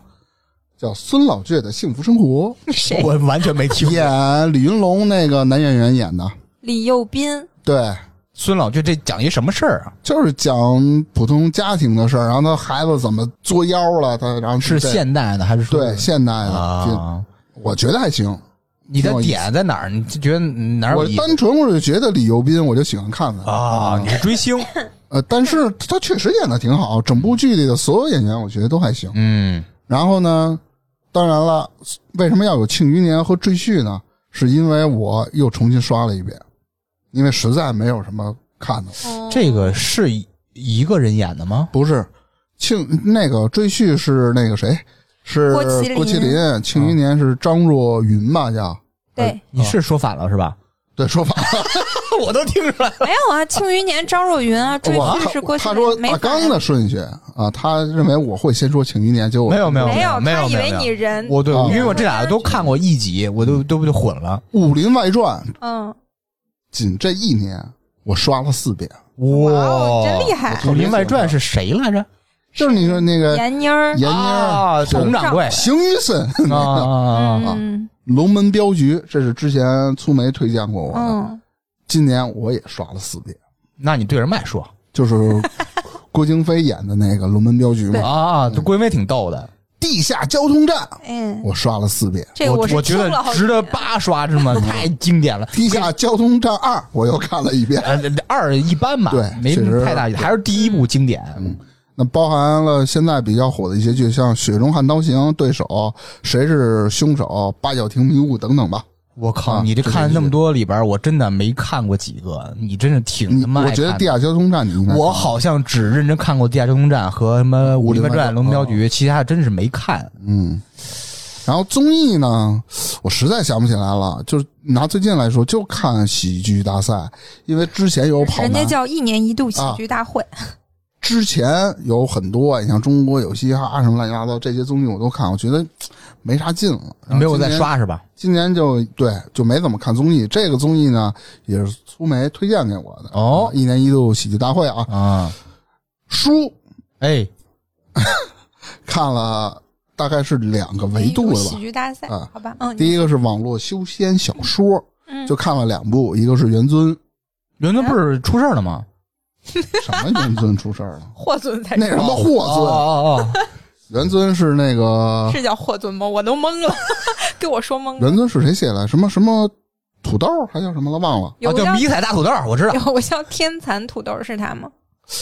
S1: 叫《孙老倔的幸福生活
S3: 谁？
S2: 嗯我完全没听》，过。
S1: 演李云龙那个男演员演的，
S3: 李幼斌，
S1: 对，
S2: 孙老就这讲一什么事儿啊？
S1: 就是讲普通家庭的事儿，然后他孩子怎么作妖了，他然后
S2: 是
S1: 这
S2: 现代的还是说
S1: 对现代的，就
S2: 啊？
S1: 我觉得还行。
S2: 你
S1: 挺
S2: 的
S1: 有意思
S2: 点在哪儿？你就觉得哪儿有
S1: 我
S2: 意思
S1: 单纯我就觉得李幼斌，我就喜欢看他
S2: 啊？你是追星？
S1: 呃，但是他确实演的挺好，整部剧里的所有演员我觉得都还行。
S2: 嗯
S1: 然后呢，当然了，为什么要有《庆余年》和《赘婿》呢？是因为我又重新刷了一遍，因为实在没有什么看的。
S2: 这
S3: 哦
S2: 个是一一个人演的吗？
S1: 不是，庆那个《赘婿》是那个谁？是
S3: 郭麒麟嗯
S1: 郭麒麟，《庆余年》是张若昀吧？叫
S3: 对，
S2: 你是说反了是吧？
S1: 对，说
S3: 啊
S1: 反了。
S2: 哦 我都听出来。
S3: 没有啊，《庆余年》张若昀啊，追
S1: 我
S3: 剧是郭
S1: 他
S3: 麒
S1: 说
S3: 麟，没
S1: 大
S3: 反
S1: 纲的顺序啊，他认为我会先说《庆余年》，结果
S2: 没有没有
S3: 没有，
S2: 没有
S3: 他以
S2: 没
S3: 为
S2: 有哦嗯
S3: 你人，
S2: 我对，
S1: 啊
S2: 因为我这俩都看过一集，我都都都混了。
S1: 《武林外传》
S3: 嗯，
S1: 仅这一年我刷了四遍。
S3: 哇哦，真厉害
S1: 我，
S2: 《武林外传》是谁来着？
S1: 就是你说那个
S3: 闫妮儿，
S1: 闫妮儿、
S2: 啊，佟掌柜
S1: 邢于森、
S2: 啊啊啊！
S3: 嗯
S1: 龙门镖局，这是之前粗梅推荐过我的。
S3: 嗯，
S1: 今年我也刷了四遍，
S2: 那你对着麦说
S1: 就是 郭京飞演的那个龙门镖局嘛，
S2: 啊！这郭云飞挺逗的，
S1: 地下交通站
S3: 哎，
S1: 我刷了四 遍，
S3: 这个
S2: 我
S3: 是
S2: 觉
S3: 听
S2: 得
S3: 了好几
S2: 值得
S3: 遍
S2: 八刷是 吗？太经典了。
S1: 地下交通站二我又看了一遍。
S2: 呃，二一般吧，
S1: 对
S2: 没什
S1: 确
S2: 么
S1: 实
S2: 太大，还是第一部经典。
S1: 那包含了现在比较火的一些剧，像《雪中悍刀行》、《对手》、《谁是凶手》、《八角亭迷雾》等等吧。
S2: 我靠，
S1: 啊
S2: 你这
S1: 这
S2: 看了
S1: 真
S2: 那
S1: 是
S2: 么多里边，我真的没看过几个，你真是挺
S1: 你
S2: 他妈
S1: 我
S2: 爱
S1: 觉得
S2: 看
S1: 地
S2: 的
S1: 下交通站你应该
S2: 我
S1: 看
S2: 好像只认真看过《地下交通站》和什么《武林外传》《龙门镖
S1: 哦
S2: 局》，其他的真是没看。
S1: 嗯，然后综艺呢，我实在想不起来了。就是拿最近来说，就看喜剧大赛，因为之前有跑
S3: 人家
S1: 男，啊
S3: 叫一年一度喜剧大会，
S1: 之前有很多，你像中国有嘻哈什么乱七八糟这些综艺我都看，我觉得嘖没啥劲了。然后
S2: 没有
S1: 今
S2: 再
S1: 年，
S2: 刷是吧？
S1: 今年就对就没怎么看综艺。这个综艺呢，也是苏梅推荐给我的啊
S2: 哦
S1: 一年一度喜剧大会啊，
S2: 啊，
S1: 书
S2: 哎，
S1: 看了大概是两个维度了
S3: 一年一哎喜
S1: 吧。
S3: 剧大赛
S1: 啊，
S3: 好吧，嗯，
S1: 第一个是网络修仙小说，
S3: 嗯？
S1: 就看了两部，一个是元尊，
S2: 伦敦不是出事儿了吗？
S1: 什么元尊出事儿了
S3: 霍尊才
S1: 那什么霍
S2: 哦哦
S1: 尊，元尊是那个
S3: 是叫霍尊吗？我都懵了， 给我说懵了。
S1: 元尊是谁写的？什么什么土豆儿还叫什么了？忘了，
S2: 哦，
S3: 有
S2: 啊
S3: 个
S2: 叫
S3: 叫
S2: 迷彩大土豆，我知道，
S3: 有个叫天蚕土豆是他吗？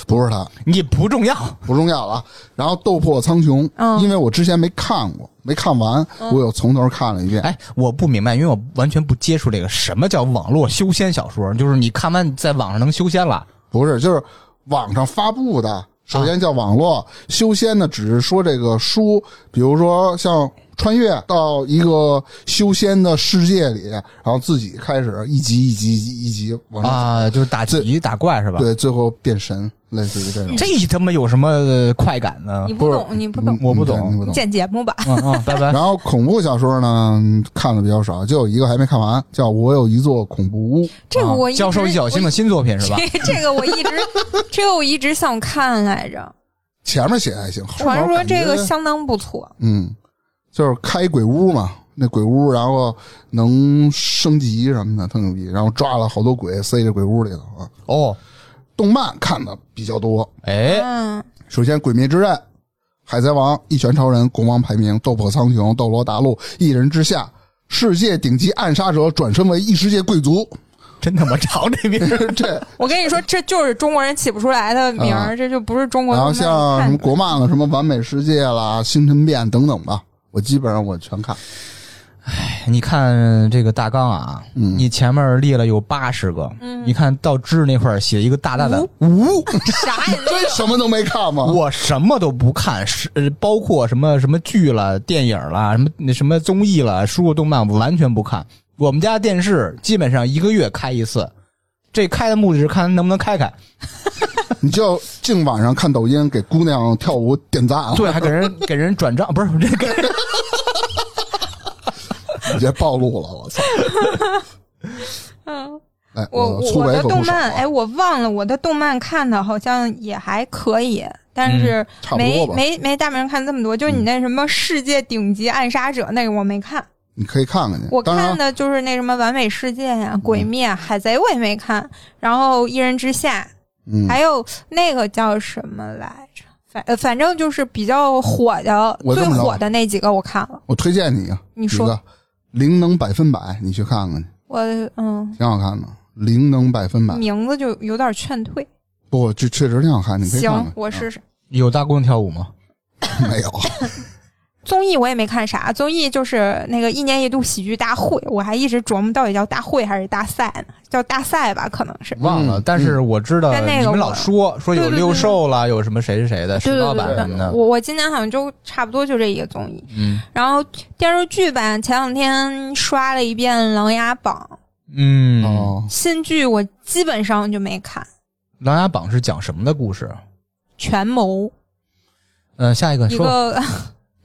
S1: 不是他，
S2: 你不重要。
S1: 不重要了啊。然后斗破苍穹，
S3: 嗯
S1: 因为我之前没看过，没看完，我又从头看了一遍。
S2: 哎，我不明白，因为我完全不接触这个什么叫网络修仙小说，就是你看完在网上能修仙了。
S1: 不是，就是网上发布的，首先叫网络、
S2: 嗯
S1: 修仙呢，只是说这个书，比如说像穿越到一个修仙的世界里，然后自己开始一级一级一级一级往上走
S2: 啊，就是打级打怪是吧？
S1: 对，最后变神，类似于这种。
S2: 这他妈有什么呃快感呢
S3: 你？不懂，你不懂，
S2: 嗯我不懂
S1: 嗯你不
S3: 你
S1: 懂。
S3: 剪节目吧。
S2: 嗯嗯，拜 拜。
S1: 然后恐怖小说呢，看的比较少，就有一个还没看完，叫《我有一座恐怖屋》。
S3: 这个
S2: 啊
S3: 我一直
S2: 教授易小星的新作品是吧？
S3: 这 这个我一直，这个我一直想看来着。
S1: 前面写还行，后面
S3: 传
S1: 我
S3: 说
S1: 感
S3: 这个
S1: 觉
S3: 相当不错，
S1: 嗯，就是开鬼屋嘛，那鬼屋然后能升级什么的，特牛逼。然后抓了好多鬼塞这鬼屋里头啊。
S2: 哦，
S1: 动漫看的比较多，
S2: 哎，
S3: 嗯，
S1: 首先《鬼灭之刃》《海贼王》《一拳超人》《国王排名》《斗破苍穹》《斗罗大陆》《一人之下》。世界顶级暗杀者转身为异世界贵族，
S2: 真他妈长这名儿
S1: 这
S3: 我跟你说，这就是中国人起不出来的名儿，这就不是中国
S1: 啊然后
S3: 动漫
S1: 像什
S3: 看
S1: 么
S3: 的。
S1: 国漫了，什么完美世界啦、星辰变等等吧，我基本上我全看。
S2: 你看这个大纲啊，
S1: 嗯
S2: 你前面列了有八十个，
S3: 嗯
S2: 你看到知识那块儿写一个大大的 无，
S3: 啥哎呀？
S1: 真什么都没看吗？
S2: 我什么都不看，是呃包括什么什么剧了、电影了、什么那什么综艺了、书、动漫，我完全不看。我们家电视基本上一个月开一次，这开的目的是看能不能开开，
S1: 你就净晚上看抖音，给姑娘跳舞点赞啊！
S2: 对，还给 人给人转账，不是 这给
S1: 你这暴露了，我操！
S3: 嗯，
S1: 哎，
S3: 我
S1: 粗
S3: 我
S1: 眉可
S3: 的
S1: 不
S3: 动
S1: 少
S3: 漫，
S1: 啊，
S3: 哎，我忘了我的动漫看的好像也还可以，但是
S1: 嗯差不
S3: 没、
S1: 多吧。嗯
S3: 没没大明看这么多。就是你那什么世界顶级暗杀者那个我没看，
S1: 你可以看看去。
S3: 我
S1: 当然嗯
S3: 看的就是那什么完美世界呀、鬼灭、啊海贼我也没看，然后一人之下，
S1: 嗯，
S3: 还有那个叫什么来着？反呃反正就是比较火的，
S1: 我这
S3: 最
S1: 么着
S3: 火的那几个我看了。
S1: 我推荐你啊，
S3: 你
S1: 一
S3: 说
S1: 个灵能百分百，你去看看去，
S3: 我嗯，
S1: 挺好看的。灵能百分百，
S3: 名字就有点劝退。
S1: 不，这确实挺好看，你可以看啊看去。，
S3: 行我试试。
S2: 有大姑娘跳舞吗？
S1: 啊 没有，
S3: 综艺我也没看啥，综艺就是那个一年一度喜剧大会，我还一直琢磨到底叫大会还是大赛呢，叫大赛吧，可能是。
S2: 忘了，
S1: 嗯
S2: 但是我知道
S3: 但那个
S2: 你
S3: 我
S2: 们老说说有
S3: 对对对
S2: 六兽了，有什么谁谁谁的
S3: 对
S2: 石
S3: 对
S2: 老
S3: 对
S2: 板什
S3: 对
S2: 么
S3: 对，
S1: 嗯
S2: 的，
S3: 我我今年好像就差不多就这一个综艺，
S2: 嗯
S3: 然后电视剧吧，前两天刷了一遍《琅琊榜
S2: 嗯，《
S1: 哦》，，
S3: 新剧我基本上就没看，《
S2: 琅琊榜》是讲什么的故事？
S3: 权谋
S2: 嗯，下一个》
S3: 一
S2: 说
S3: 个。
S1: 哎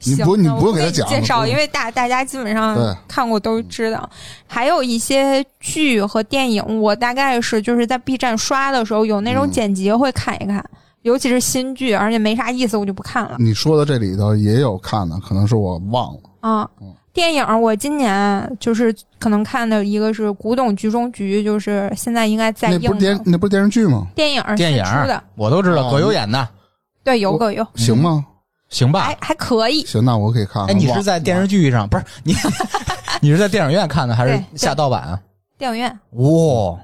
S1: 你
S3: 行
S1: 不你
S3: 那我
S1: 不用给他
S3: 给
S1: 讲啊
S3: 你介
S1: 不
S3: 绍，
S1: 用
S3: 因为大大家基本
S1: 对
S3: 上看过都知道。还有一些剧和电影，我大概是就是在 B 站刷的时候，有那种
S1: 嗯
S3: 剪辑会看一看，尤其是新剧，而且没啥意思，我就不看了
S1: 你说的这里头也有看的，可能是我忘了。
S3: 啊。电影我今年就是可能看的一个是《古董局中局》，就是现在应该在
S1: 那
S3: 映
S1: 不是电
S3: 的
S1: 那不是电视剧吗？
S3: 电影是
S2: 电影啊
S3: 出的，
S2: 我都知道，
S1: 哦
S2: 葛优演的，
S3: 对，有
S1: 我
S3: 个有，
S1: 行吗？
S2: 行吧
S3: 还？还可以。
S1: 行，那我可以看看。
S2: 哎，你
S1: 忘
S2: 是
S1: 了
S2: 在电视剧上不是你？ 你是在电影院看的还是
S3: 对对
S2: 下盗版啊？
S3: 电影院，
S2: 哇、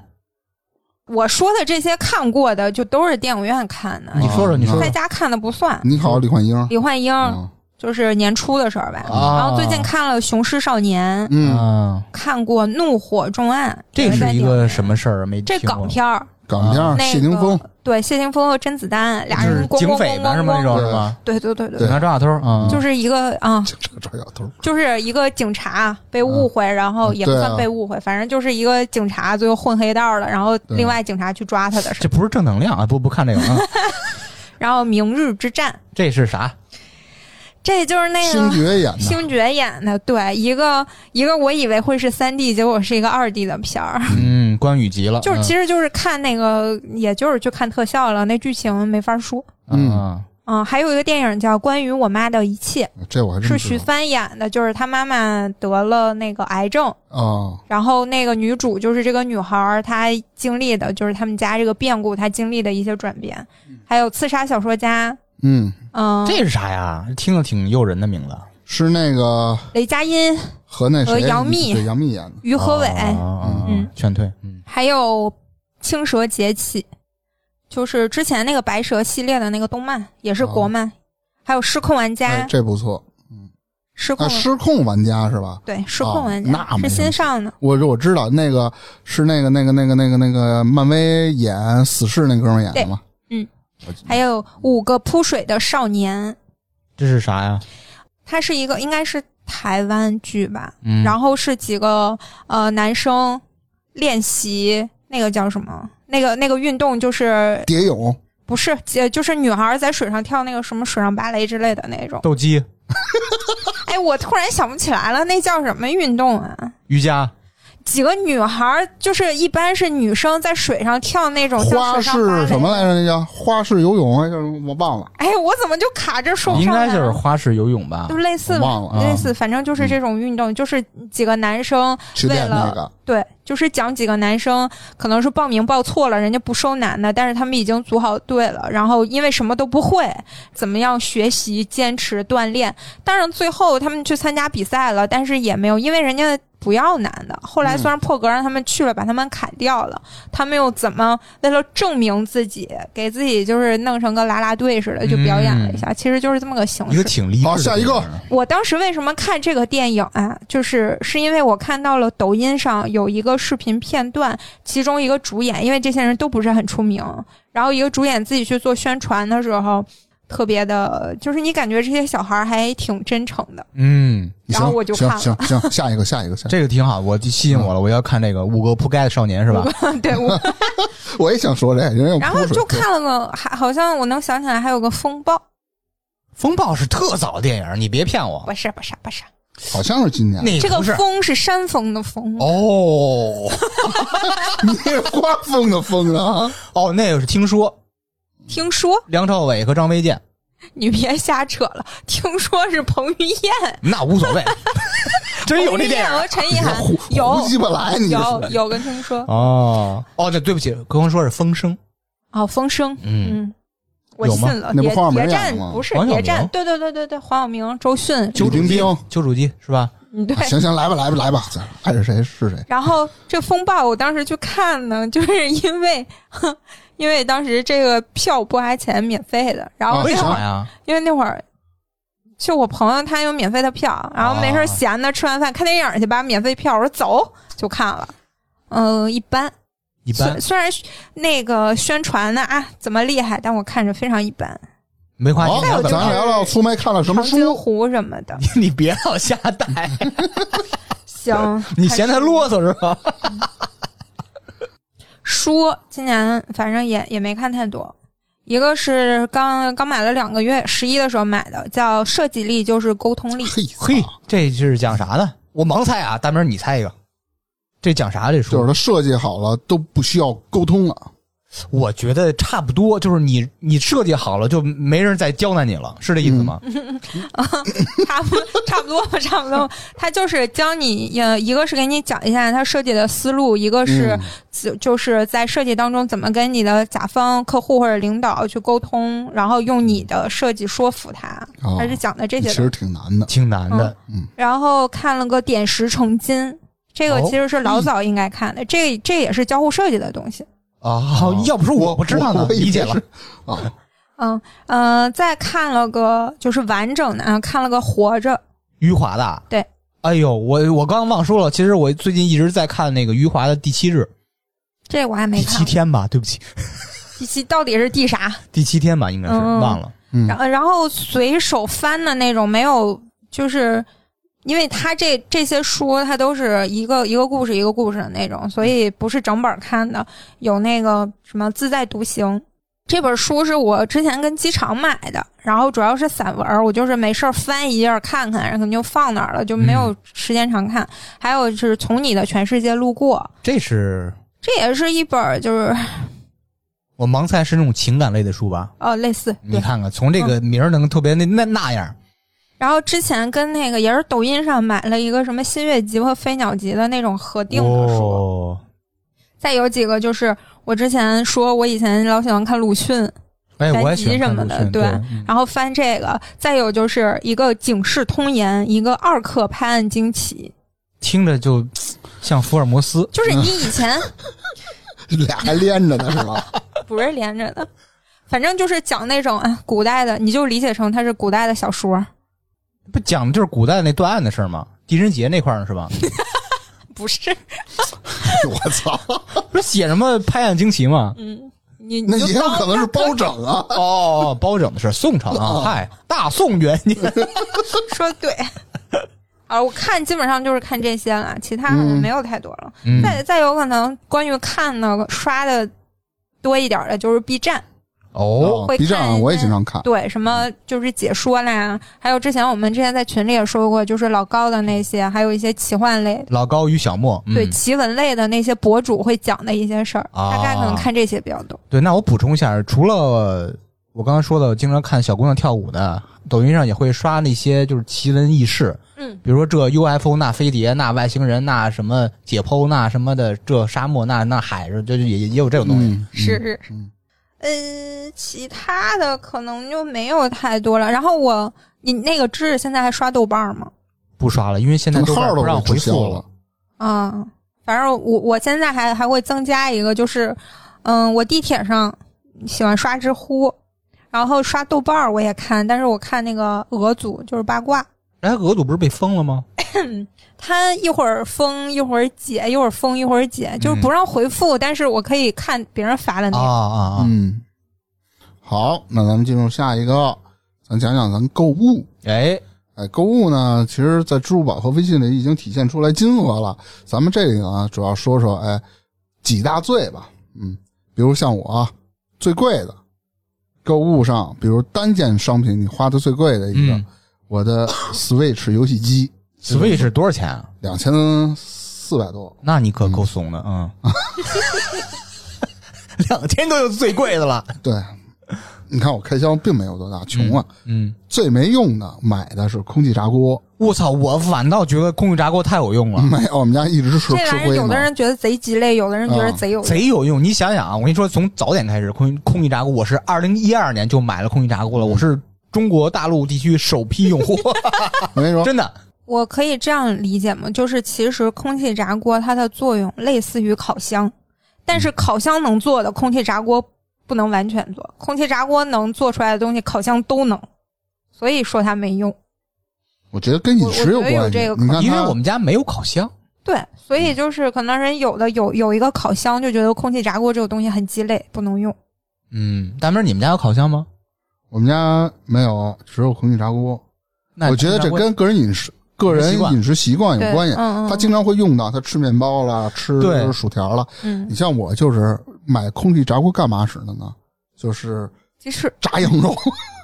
S3: 我说的这些看过的，就都是电影院看的，
S2: 你说说，你说
S1: 嗯
S3: 在
S2: 说，
S3: 家看的不算。
S2: 嗯
S1: 你好，李焕英。
S3: 李焕英、
S1: 嗯
S3: 就是年初的时候吧。
S2: 啊
S3: 然后最近看了《雄狮少年》，
S1: 嗯，
S2: 啊，
S3: 看过《怒火重案》，
S2: 这是一个什
S3: 么？
S2: 么事儿啊？没
S3: 这
S2: 听过
S3: 港片儿，
S1: 港片
S2: 啊
S1: 儿
S3: 那个
S1: 谢霆锋，
S3: 对谢霆锋和甄子丹俩
S2: 就是
S3: 人咣咣
S2: 警
S3: 咣
S2: 匪的
S3: 咣
S2: 是吗？那种
S3: 咣，
S2: 是吗？
S3: 对对对
S1: 对
S2: 警
S3: 对，
S2: 察抓小偷啊，
S3: 就是是一个啊，
S1: 这这这小偷，
S3: 就是一个警察被误会，然后也不
S1: 对啊
S3: 算被误会，反正就是一个警察最后混黑道了，然后
S1: 啊
S3: 另外警察去抓他的 事儿。
S2: 这不是正能量啊！不不看这个啊，
S3: 然后《明日之战》，
S2: 这是啥？
S3: 这就是那
S1: 星
S3: 个。
S1: 爵演的。
S3: 星爵演的，对一个一个我以为会是三 D，结果是一个二 D 的片儿，
S2: 嗯，关羽急了，
S3: 就是
S2: 嗯
S3: 其实就是看那个，也就是去看特效了，那剧情没法说。
S1: 嗯
S2: 啊
S3: 嗯，还有一个电影叫《关于我妈的一切
S1: 啊这我还》，真
S3: 是
S1: 不
S3: 徐
S1: 知道
S3: 帆演的，就是她妈妈得了那个癌症，
S1: 哦，
S3: 然后那个女主就是这个女孩儿，她经历的就是他们家这个变故，她经历的一些转变。还有《刺杀小说家》，
S1: 嗯，
S3: 嗯，
S2: 这是啥呀？听着挺诱人的名字，
S1: 是那个
S3: 雷佳音、
S1: 和那谁
S3: 呃杨幂
S1: 对杨幂演的。
S3: 于和伟，
S1: 啊
S2: 嗯
S3: 嗯，
S2: 劝退，嗯，
S3: 还有《青蛇劫起》，就是之前那个白蛇系列的那个动漫，也是国漫。还有《失控玩家》
S1: 啊哎，这不错。
S3: 失控
S1: 啊，失控玩家是吧？
S3: 对失控玩家、
S1: 哦那没
S3: 是
S1: 问
S3: 新
S1: 题
S3: 上的。
S1: 我我知道那个是那个那个那个那个那个漫威演死侍那哥们儿演的嘛。
S3: 还有五个扑水的少年，
S2: 这是啥呀？
S3: 它是一个应该是台湾剧吧，
S2: 嗯，
S3: 然后是几个呃男生练习那个叫什么？那个那个运动就是
S1: 蝶泳
S3: 不是呃就是女孩在水上跳那个什么水上芭蕾之类的那种。
S2: 斗鸡、
S3: 哎，我突然想不起来了，那叫什么运动啊？
S2: 瑜伽、
S3: 几个女孩就是一般是女生在水上跳那种叫
S1: 花
S3: 水上芭蕾
S1: 式什么来着？那叫花式游泳，哎，叫什么我忘了，
S3: 哎，我怎么就卡这说不
S2: 应
S3: 上来
S2: 该
S3: 了？啊
S2: 就是花式游泳吧
S3: 就？类似
S1: 我
S3: 吧，
S1: 忘了。嗯
S3: 类似，反正就是这种运动，就是几个男生
S1: 去练那个，
S3: 对，就是讲几个男生可能是报名报错了，人家不收男的，但是他们已经组好队了，然后因为什么都不会，怎么样学习、坚持锻炼。当然最后他们去参加比赛了，但是也没有，因为人家不要男的。后来
S1: 嗯
S3: 虽然破格让他们去了，把他们砍掉了，他们又怎么为了证明自己，给自己就是弄成个啦啦队似的，就表演了一下，其实就是这么个形
S2: 一
S3: 式
S2: 个。挺励志的
S1: 好下一个
S2: 电影
S3: 我当时为什么看这个电影啊？就是是因为我看到了抖音上有一个视频片段，其中一个主演，因为这些人都不是很出名，然后一个主演自己去做宣传的时候，特别的，就是你感觉这些小孩还挺真诚的。
S2: 嗯，
S3: 然后我就
S1: 行
S3: 看了
S1: 行行行，下一个下一个下一个，
S2: 这个挺好，我吸引我了，我要看这个《五个铺盖的少年》是吧？
S3: 对，我
S1: 我也想说这，人家有
S3: 然
S1: 扑
S3: 后
S1: 水
S3: 就看了个，还好像我能想起来还有个风暴，
S2: 风暴是特早的电影，你别骗我。
S3: 不是不是不是，
S1: 好像是今年。
S2: 那
S3: 这个
S2: 不是
S3: 风是山峰的风，
S2: 哦
S1: 你是刮风的风啊？
S2: 哦，那个是听说
S3: 听说
S2: 梁朝伟和张卫健，
S3: 你别瞎扯了，听说是彭于晏，
S2: 那无所谓， 真有那电
S3: 彭
S2: 影
S3: 于晏和陈意
S1: 你
S3: 涵
S1: 胡
S3: 有
S1: 胡鸡巴来你
S3: 有
S1: 是？
S3: 有跟听说
S2: 哦哦，这对不起，刚刚说是风声，
S3: 哦，风声，
S2: 嗯，
S3: 嗯，我
S2: 有
S3: 信
S2: 吗
S3: 了，
S1: 那不
S3: 谍
S1: 黄晓明嗯
S3: 谍
S1: 演
S3: 战
S1: 的吗
S3: 不是
S2: 黄晓
S3: 谍战
S2: 明，
S3: 对对对对对，黄晓明、周迅，
S1: 九
S2: 九
S1: 零兵
S2: 主机，九主机是吧？
S3: 嗯对，
S1: 啊行行，来吧来吧来吧，咱爱是谁是谁。
S3: 然后这风暴，我当时去看呢，就是因为，哼，因为当时这个票不花钱，免费的。然后
S1: 啊
S3: 那
S2: 为
S3: 会儿，
S2: 啥呀？
S3: 因为那会儿就我朋友他有免费的票，然后没事
S1: 啊
S3: 儿闲的，吃完饭看电影去吧，免费票，我说走就看了。嗯、一般，
S2: 一般
S3: 虽虽然那个宣传呢啊怎么厉害，但我看着非常一般。
S2: 没夸
S1: 好
S2: 你，
S3: 有，就是
S1: 咱聊聊苏梅看了什么
S3: 长
S1: 书
S3: 津湖什么的，
S2: 你你别老瞎带，
S3: 行
S2: ，你嫌他
S3: 还是
S2: 啰嗦是吧？
S3: 书今年反正也也没看太多，一个是刚刚买了两个月，十一的时候买的，叫《设计力就是沟 通力》，
S1: 嘿啊
S2: 嘿
S1: 操，
S2: 这是讲啥呢？我盲猜啊，大明儿你猜一个，这讲啥？这
S1: 就是
S2: 书
S1: 他设计好了都不需要沟通
S2: 哦
S1: 了，
S2: 我觉得差不多，就是你你设计好了，就没人再刁难你了，是这意思吗？
S1: 嗯
S3: 差不差不多吧，差不多吧。它就是教你，呃，一个是给你讲一下它设计的思路，一个是
S1: 嗯
S3: 就就是在设计当中怎么跟你的甲方、客户或者领导去沟通，然后用你的设计说服他
S1: 哦，
S3: 它是讲的这
S1: 其
S3: 些东西。
S1: 实挺难的。嗯
S2: 挺难的，
S3: 然后看了个《点石成金》，这个
S2: 哦
S3: 其实是老早应该看的，这这也是交互设计的东西。
S2: 啊，要不是我不知道呢，
S1: 嗯我以为
S2: 理解了
S1: 是。啊，
S3: 嗯呃，再看了个就是完整的啊，看了个《活着》，
S2: 余华的啊，
S3: 对。
S2: 哎呦，我我刚忘说了，其实我最近一直在看那个余华的《第七日
S3: 这我还》，没
S2: 第
S3: 看
S2: 七
S3: 过。
S2: 天吧，对不起，
S3: 第七到底是第啥？
S2: 第七天吧，应该是
S3: 嗯
S2: 忘了。
S1: 嗯
S3: 然后然后随手翻的那种，没有就是。因为他这这些书，它都是一个一个故事一个故事的那种，所以不是整本儿看的。有那个什么《自在独行》这本书是我之前跟机场买的，然后主要是散文儿，我就是没事儿翻一页儿看看，然后可能就放那儿了，就没有时间常看。还有是从你的全世界路过，
S2: 这是
S3: 这也是一本儿就是
S2: 我盲猜是那种情感类的书吧？
S3: 呃类似
S2: 你看看，从这
S3: 嗯
S2: 个名儿能特别那那那样，
S3: 然后之前跟那个也是抖音上买了一个什么新月集和飞鸟集的那种合订的书，
S2: 哦，
S3: 再有几个就是我之前说我以前老喜欢看鲁迅，
S2: 哎，我也喜欢
S3: 什
S2: 看
S3: 么
S2: 鲁
S3: 的，
S2: 迅对，嗯
S3: 然后翻这个，再有就是一个《警世通言》，一个《二刻拍案惊奇
S2: 听着就像福尔摩斯》，。
S3: 就是你以前
S1: 俩还连着呢是吧？
S3: 不是连着的，反正就是讲那种啊古代的，你就理解成它是古代的小说，
S2: 不讲的就是古代那断案的事儿吗？狄仁杰那块儿是吧？
S3: 不是，
S1: 哎我操，
S2: 不是写什么拍案惊奇吗？
S3: 嗯，你
S1: 那
S3: 你就
S1: 也有
S3: 当
S1: 可能是包拯啊。
S2: 哦，包拯的事儿，宋朝啊，
S1: 哦
S2: 嗨，大宋元年，
S3: 说对。 啊，我看基本上就是看这些了，其他好像没有太多了。
S2: 嗯，
S3: 再再有可能关于看的刷的多一点的，就是 B 站，
S2: 哦，
S3: 会
S1: 啊 B
S3: 看一
S1: 站
S3: 些
S1: 我也经常
S2: 啊
S1: 看，
S3: 对什么就是解说啦，还有之前我们之前在群里也说过，就是老高的那些，还有一些奇幻类，
S2: 老高与小莫，嗯
S3: 对奇闻类的那些博主会讲的一些事儿，
S2: 啊
S3: 大概可能看这些比较多。
S2: 对，那我补充一下，除了我刚才说的经常看小姑娘跳舞的，抖音上也会刷那些就是奇闻异事，
S3: 嗯，
S2: 比如说这 UFO 那飞碟那外星人那什么解剖那什么的，这沙漠那那海上，就是也也有这种东西。
S1: 嗯，
S3: 是
S1: 嗯
S3: 是
S1: 嗯
S3: 嗯，其他的可能就没有太多了。然后我你那个知识现在还刷豆瓣儿吗？
S2: 不刷了，因为现在豆瓣
S1: 号
S2: 不
S1: 都
S2: 让
S1: 给
S2: 回
S1: 注销
S2: 复
S1: 了。。
S3: 啊，反正我我现在还还会增加一个，就是，嗯，我地铁上喜欢刷知乎，然后刷豆瓣儿我也看，但是我看那个俄组就是八卦，
S2: 哎，俄组不是被封了吗？
S3: 它一会儿封一会儿解，一会儿封一会儿解，就是不让回复，但是我可以看别人发的那
S2: 啊
S3: 个。
S2: 啊啊！
S1: 嗯，好，那咱们进入下一个，咱讲讲咱购物。
S2: 哎，
S1: 哎，购物呢，其实，在支付宝和微信里已经体现出来金额了。咱们这个啊，主要说说哎几大罪吧。嗯，比如像我啊，最贵的购物上，比如单件商品，你花的最贵的一个，
S2: 嗯
S1: 我的 Switch 游戏机
S2: Switch 多少钱啊？
S1: 两千四百多，
S2: 那你可够怂的，嗯， 两千多就最贵的了，
S1: 对，你看我开销并没有多大，穷啊。
S2: 嗯，
S1: 最没用的买的是空气炸锅，
S2: 我操，我反倒觉得空气炸锅太有用了，
S1: 没有，我们家一直吃
S3: 这
S1: 吃
S3: 玩意儿
S1: 灰
S3: 有的
S1: 呢。
S3: 人觉得贼鸡肋，有的人觉得
S1: 嗯
S3: 贼有用。
S2: 贼有用。你想想啊，我跟你说，从早点开始，空空气炸锅，我是二零一二年就买了空气炸锅了，我是中国大陆地区首批用 户，
S1: 我跟你说，
S2: 真的。
S3: 我可以这样理解吗？就是其实空气炸锅它的作用类似于烤箱，但是烤箱能做的，空气炸锅不能完全做。空气炸锅能做出来的东西，烤箱都能，所以说它没用。
S1: 我觉得跟饮食
S3: 我我觉得有
S1: 关系
S3: 这个。可
S1: 你看它，
S2: 因为我们家没有烤箱，
S3: 对，所以就是可能人有的有有一个烤箱，就觉得空气炸锅这个东西很鸡肋，不能用。
S2: 嗯，大明儿，你们家有烤箱吗？
S1: 我们家没有，只有空气炸锅。
S2: 那
S1: 我觉得这跟个人饮食、个人饮食习惯
S3: 对，
S1: 有关系。
S3: 嗯嗯，
S1: 他经常会用到，他吃面包啦，
S2: 对
S1: 吃薯条啦。你
S3: 嗯，
S1: 像我就是买空气炸锅干嘛使的呢？就是
S3: 鸡翅
S1: 炸羊肉，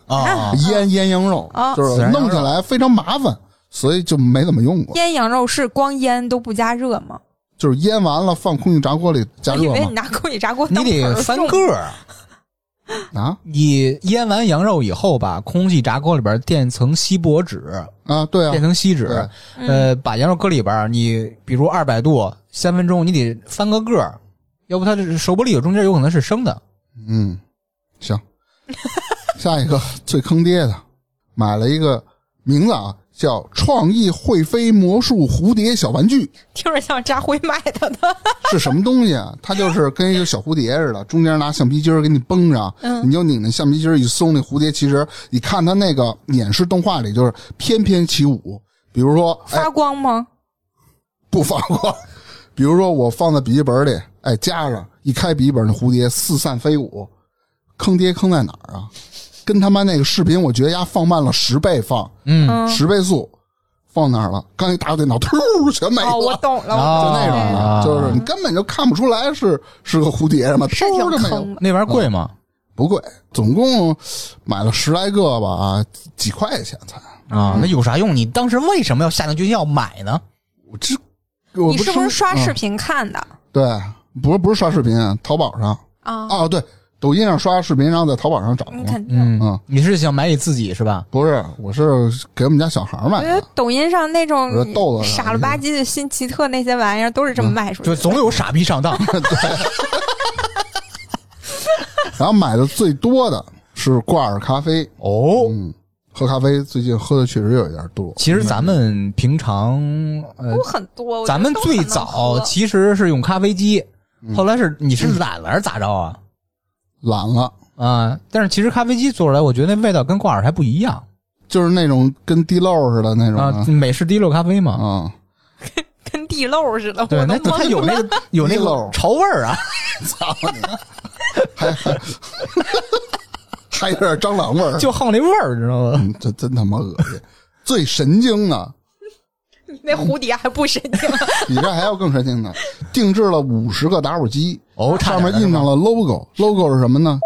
S2: 啊，
S1: 腌腌羊肉
S3: 哦，
S1: 就是弄起来非常麻烦，所以就没怎么用过。
S3: 腌羊肉是光腌都不加热吗？
S1: 就是腌完了放空气炸锅里加
S3: 我以
S1: 热
S3: 为你
S1: 嘛
S3: 拿空气炸锅
S2: 你
S3: 当盆
S2: 得
S3: 儿
S2: 翻
S3: 用
S2: 个儿。
S1: 啊
S2: 你腌完羊肉以后，把空气炸锅里边垫层锡箔纸，
S1: 啊，对
S2: 垫
S1: 啊，
S2: 层锡纸，
S1: 对
S2: 呃，把羊肉搁里边儿，你比如二百度三分钟，你得翻个个儿，要不它这熟不利有中间有可能是生的。
S1: 嗯，行， 下一个最坑爹的，买了一个名字啊叫“创意会飞魔术蝴蝶小玩具
S3: 听着像扎辉卖的呢。”
S1: 是什么东西啊？它就是跟一个小蝴蝶似的，中间拿橡皮筋儿给你绷上，
S3: 嗯
S1: 你就拧那橡皮筋儿一松，那蝴蝶其实你看它那个演示动画里就是翩翩起舞，比如说哎
S3: 发光吗？
S1: 不发光。比如说我放在笔记本里，哎，加上一开笔记本，那蝴蝶四散飞舞，坑爹坑在哪儿啊？跟他妈那个视频，我觉得丫放慢了十倍放，
S2: 嗯
S3: 嗯，
S1: 十倍速，放哪儿了？刚一打我电脑，突全没了，
S3: 哦，我懂了，我
S1: 就
S3: 懂
S1: 那种
S3: 了
S1: 的，
S2: 啊
S1: 就是你根本就看不出来是是个蝴蝶什么，
S3: 是
S1: 突就
S3: 挺
S1: 没有
S3: 坑，的。
S2: 那玩意儿贵吗？
S1: 不贵，总共买了十来个吧，啊，几块钱才。
S3: 哦
S2: 啊，那有啥用？你当时为什么要下定决心要买呢？
S1: 我这我
S3: 你是
S1: 不嗯
S3: 不是刷视
S1: 频？
S3: 频看的
S1: 对，不是不是刷视频，淘宝上。
S3: 啊？
S1: 哦，对，抖音上刷视频，然后在淘宝上找
S3: 你
S1: 嘛。
S3: 肯定，
S2: 嗯
S1: 嗯
S2: 你是想买给自己是吧？
S1: 不是，我是给我们家小孩儿
S3: 我
S1: 买
S3: 觉得
S1: 的。
S3: 抖音上那种
S1: 我说豆子啥的
S3: 傻了吧唧的新奇特那些玩意儿都是这么卖出去
S2: 嗯就
S3: 的。
S2: 总有傻逼上 当。
S1: 然后买的最多的是挂耳咖啡，嗯
S2: 哦，
S1: 喝咖啡最近喝的确实有点多。嗯
S2: 其实咱们平常呃
S3: 都，很多，哦我觉得
S2: 咱们
S3: 都很
S2: 最
S3: 能
S2: 早
S3: 喝
S2: 其实是用咖啡机，后来是你是懒了还是咋着啊？
S1: 懒了，
S2: 啊，但是其实咖啡机做出来，我觉得那味道跟挂耳还不一样
S1: 就是那种跟地漏似的那种
S2: 啊，
S1: 的。
S2: 美式滴漏咖啡嘛。
S1: 嗯，
S3: 跟地漏似的，我
S2: 对，
S3: 都
S2: 那它
S3: 懵
S2: 有那个有那
S1: 滴漏
S2: 个潮味 儿啊。
S1: 操你！还还还有点蟑螂味儿，
S2: 就好那味儿，知道吗？
S1: 嗯这真他妈恶心。最神经的，
S3: 那蝴蝶还不神经，
S1: 比这还要更神经的，定制了五十个打火机，
S2: 哦差
S1: 上
S2: 点
S1: 面印上了 logo，logo 是什么呢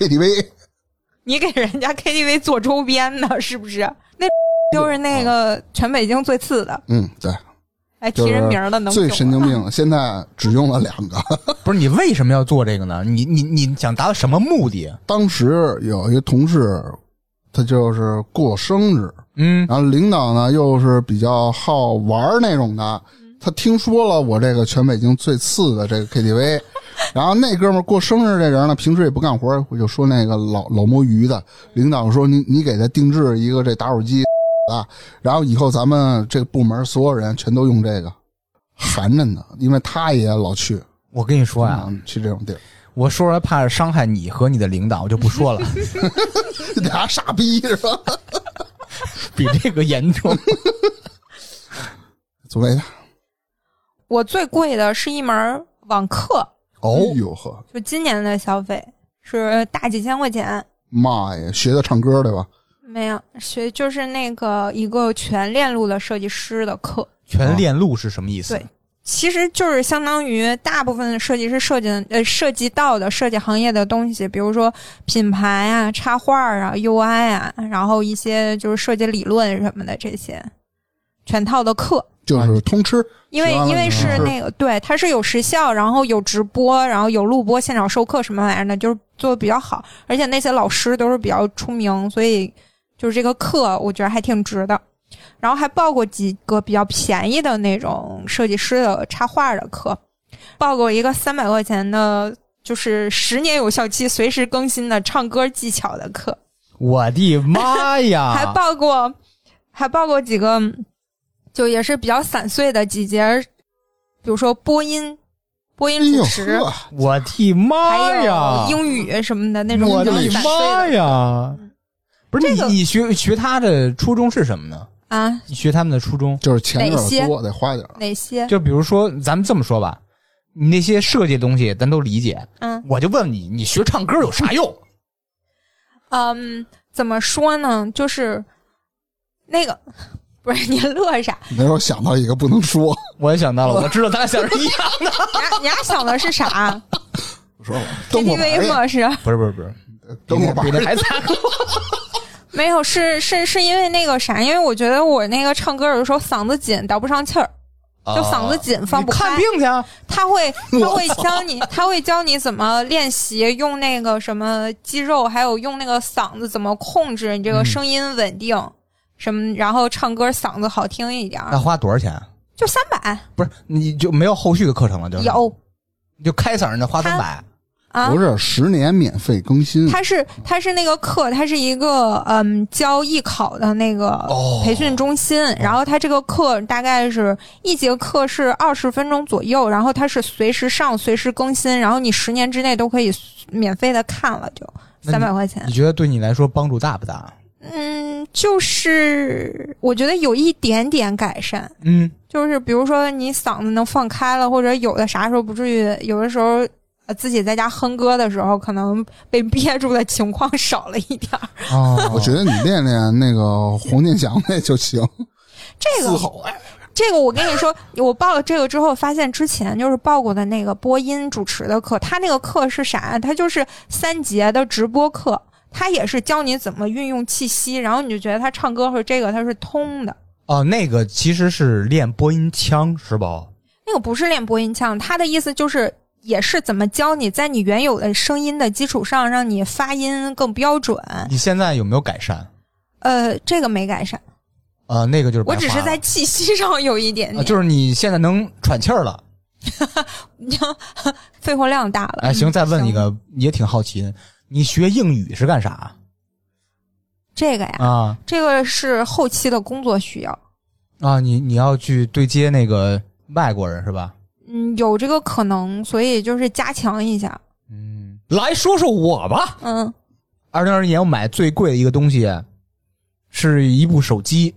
S1: ？KTV。
S3: 你给人家 KTV 做周边呢，是不是？ 那就是那个全北京最次的，
S1: 嗯，对，
S3: 哎，
S1: 就
S3: 提
S1: 是
S3: 人名儿的能
S1: 最
S3: 懂
S1: 神经 病了，现在只用了两个。
S2: 不是你为什么要做这个呢？你你你想达到什么目的？
S1: 当时有一个同事，他就是过生日，
S2: 嗯，
S1: 然后领导呢又是比较好玩儿那种的，
S3: 嗯
S1: 他听说了我这个全北京最次的这个 KTV，然后那哥们儿过生日这人呢，平时也不干活儿，我就说那个老老摸鱼的
S3: 嗯
S1: 领导说你你给他定制一个这打火机 啊，然后以后咱们这个部门所有人全都用这个，寒碜的，因为他也老去，
S2: 我跟你说呀，
S1: 嗯去这种地儿，
S2: 我说出来怕伤害你和你的领导，我就不 说了，
S1: 俩傻逼是吧？
S2: 比这个严
S1: 哦
S2: 重。
S1: 所谓的
S3: 我最贵的是一门网课，
S1: 哦呦呵，
S3: 就今年的消费是大几千块钱，
S1: 妈呀，学他唱歌对吧？
S3: 没有学就是那个一个全链路的设计师的课，
S2: 全链路是什么意思？
S3: 对其实就是相当于大部分设计师设计的呃涉及到的设计行业的东西，比如说品牌啊、插画啊、UI 啊，然后一些就是设计理论什么的这些。全套的课，
S1: 就是通吃，
S3: 因为
S1: 学完了
S3: 因为
S1: 你
S3: 是
S1: 是
S3: 那个对，它是有时效，然后有直播，然后有录播、现场授课什么玩意儿的，就是做的比较好，而且那些老师都是比较出名，所以就是这个课我觉得还挺值的。然后还报过几个比较便宜的那种设计师的插画的课，报过一个三百块钱的，就是十年有效期、随时更新的唱歌技巧的课。
S2: 我的妈呀！
S3: 还报过，还报过几个，嗯就也是比较散碎的几节儿，比如说播音、播
S1: 哎
S3: 音
S1: 呦
S3: 主持，
S1: 呵，
S2: 我的妈
S3: 还
S2: 哎呀！
S3: 有英语什么的那种
S2: 我
S3: 比
S2: 的
S3: 较
S2: 妈
S3: 散碎的
S2: 呀！不是
S3: 嗯这个
S2: 你，你学学他的初衷是什么呢？
S3: 啊，
S2: 你学他们的初衷，
S1: 就是钱有
S3: 哪些
S1: 点多，得花点儿。
S3: 哪些？
S2: 就比如说，咱们这么说吧，你那些设计的东西咱都理解，
S3: 嗯
S2: 我就问你，你学唱歌有啥用？
S3: 嗯，怎么说呢？就是那个， 不是你乐啥？
S1: 没有想到一个不能说，
S2: 我也想到了，我知道咱俩想 是一样。
S3: 你俩你俩想的是 啥
S1: 我 说吧，灯火牌
S3: ？KTV
S1: 呀，
S3: 吗？是
S2: 不是不是不 是，
S1: 灯火牌
S2: 比那还 惨。
S3: 没有？是是是因为那个啥？因为我觉得我那个唱歌有的时候嗓子紧，倒不上气儿，就嗓子紧放不
S2: 啊你
S3: 开。
S2: 看病去啊！
S3: 他会他会教你，他会教你怎么练习用那个什么肌肉，还有用那个嗓子怎么控制你这个
S2: 嗯
S3: 声音稳定，什么，然后唱歌嗓子好听一点儿，
S2: 那花多少钱？啊
S3: 就三百
S2: 不是，你就没有后续的课程了，就是
S3: 有
S2: 你就开嗓儿那花
S3: 他
S2: 三百。
S3: 啊
S1: 不。是十年免费更新，
S3: 他是他是那个课，他是一个嗯教艺考的那个
S2: 哦
S3: 培训中心，然后他这个课大概是一节课是二十分钟左右，然后他是随时上随时更新，然后你十年之内都可以免费的看了就。
S2: 那你
S3: 三百块钱
S2: 你，觉得对你来说帮助大不大？
S3: 嗯，就是我觉得有一点点改善，
S2: 嗯，
S3: 就是比如说你嗓子能放开了，或者有的啥时候不至于，有的时候呃自己在家哼歌的时候，可能被憋住的情况少了一点儿。
S2: 哦
S1: 我觉得你练练那个黄健翔那就行，
S3: 这
S1: 嘶
S3: 个
S1: 吼哎，
S3: 这个我跟你说，我报了这个之后，发现之前就是报过的那个播音主持的课，他那个课是啥啊呀？他就是三节的直播课，他也是教你怎么运用气息，然后你就觉得他唱歌和这个它是通的。
S2: 哦，那个其实是练播音腔，是吧？
S3: 那个不是练播音腔，他的意思就是也是怎么教你在你原有的声音的基础上，让你发音更标准。
S2: 你现在有没有改善？
S3: 呃，这个没改善，
S2: 呃，那个就是白
S3: 我
S2: 话
S3: 只是
S2: 了
S3: 在气息上 有一点
S2: 啊，
S3: 点，
S2: 就是你现在能喘气儿了。
S3: 肺活量大了。
S2: 哎，行，
S3: 嗯
S2: 再问一，个，也挺好奇，你学英语是干啥
S3: 这个呀，
S2: 啊？
S3: 这个是后期的工作需要，
S2: 啊，你你要去对接那个外国人是吧？
S3: 嗯，有这个可能，所以就是加强一下。
S2: 嗯，来说说我吧。
S3: 嗯，
S2: 二零二一年我买最贵的一个东西，是一部手机，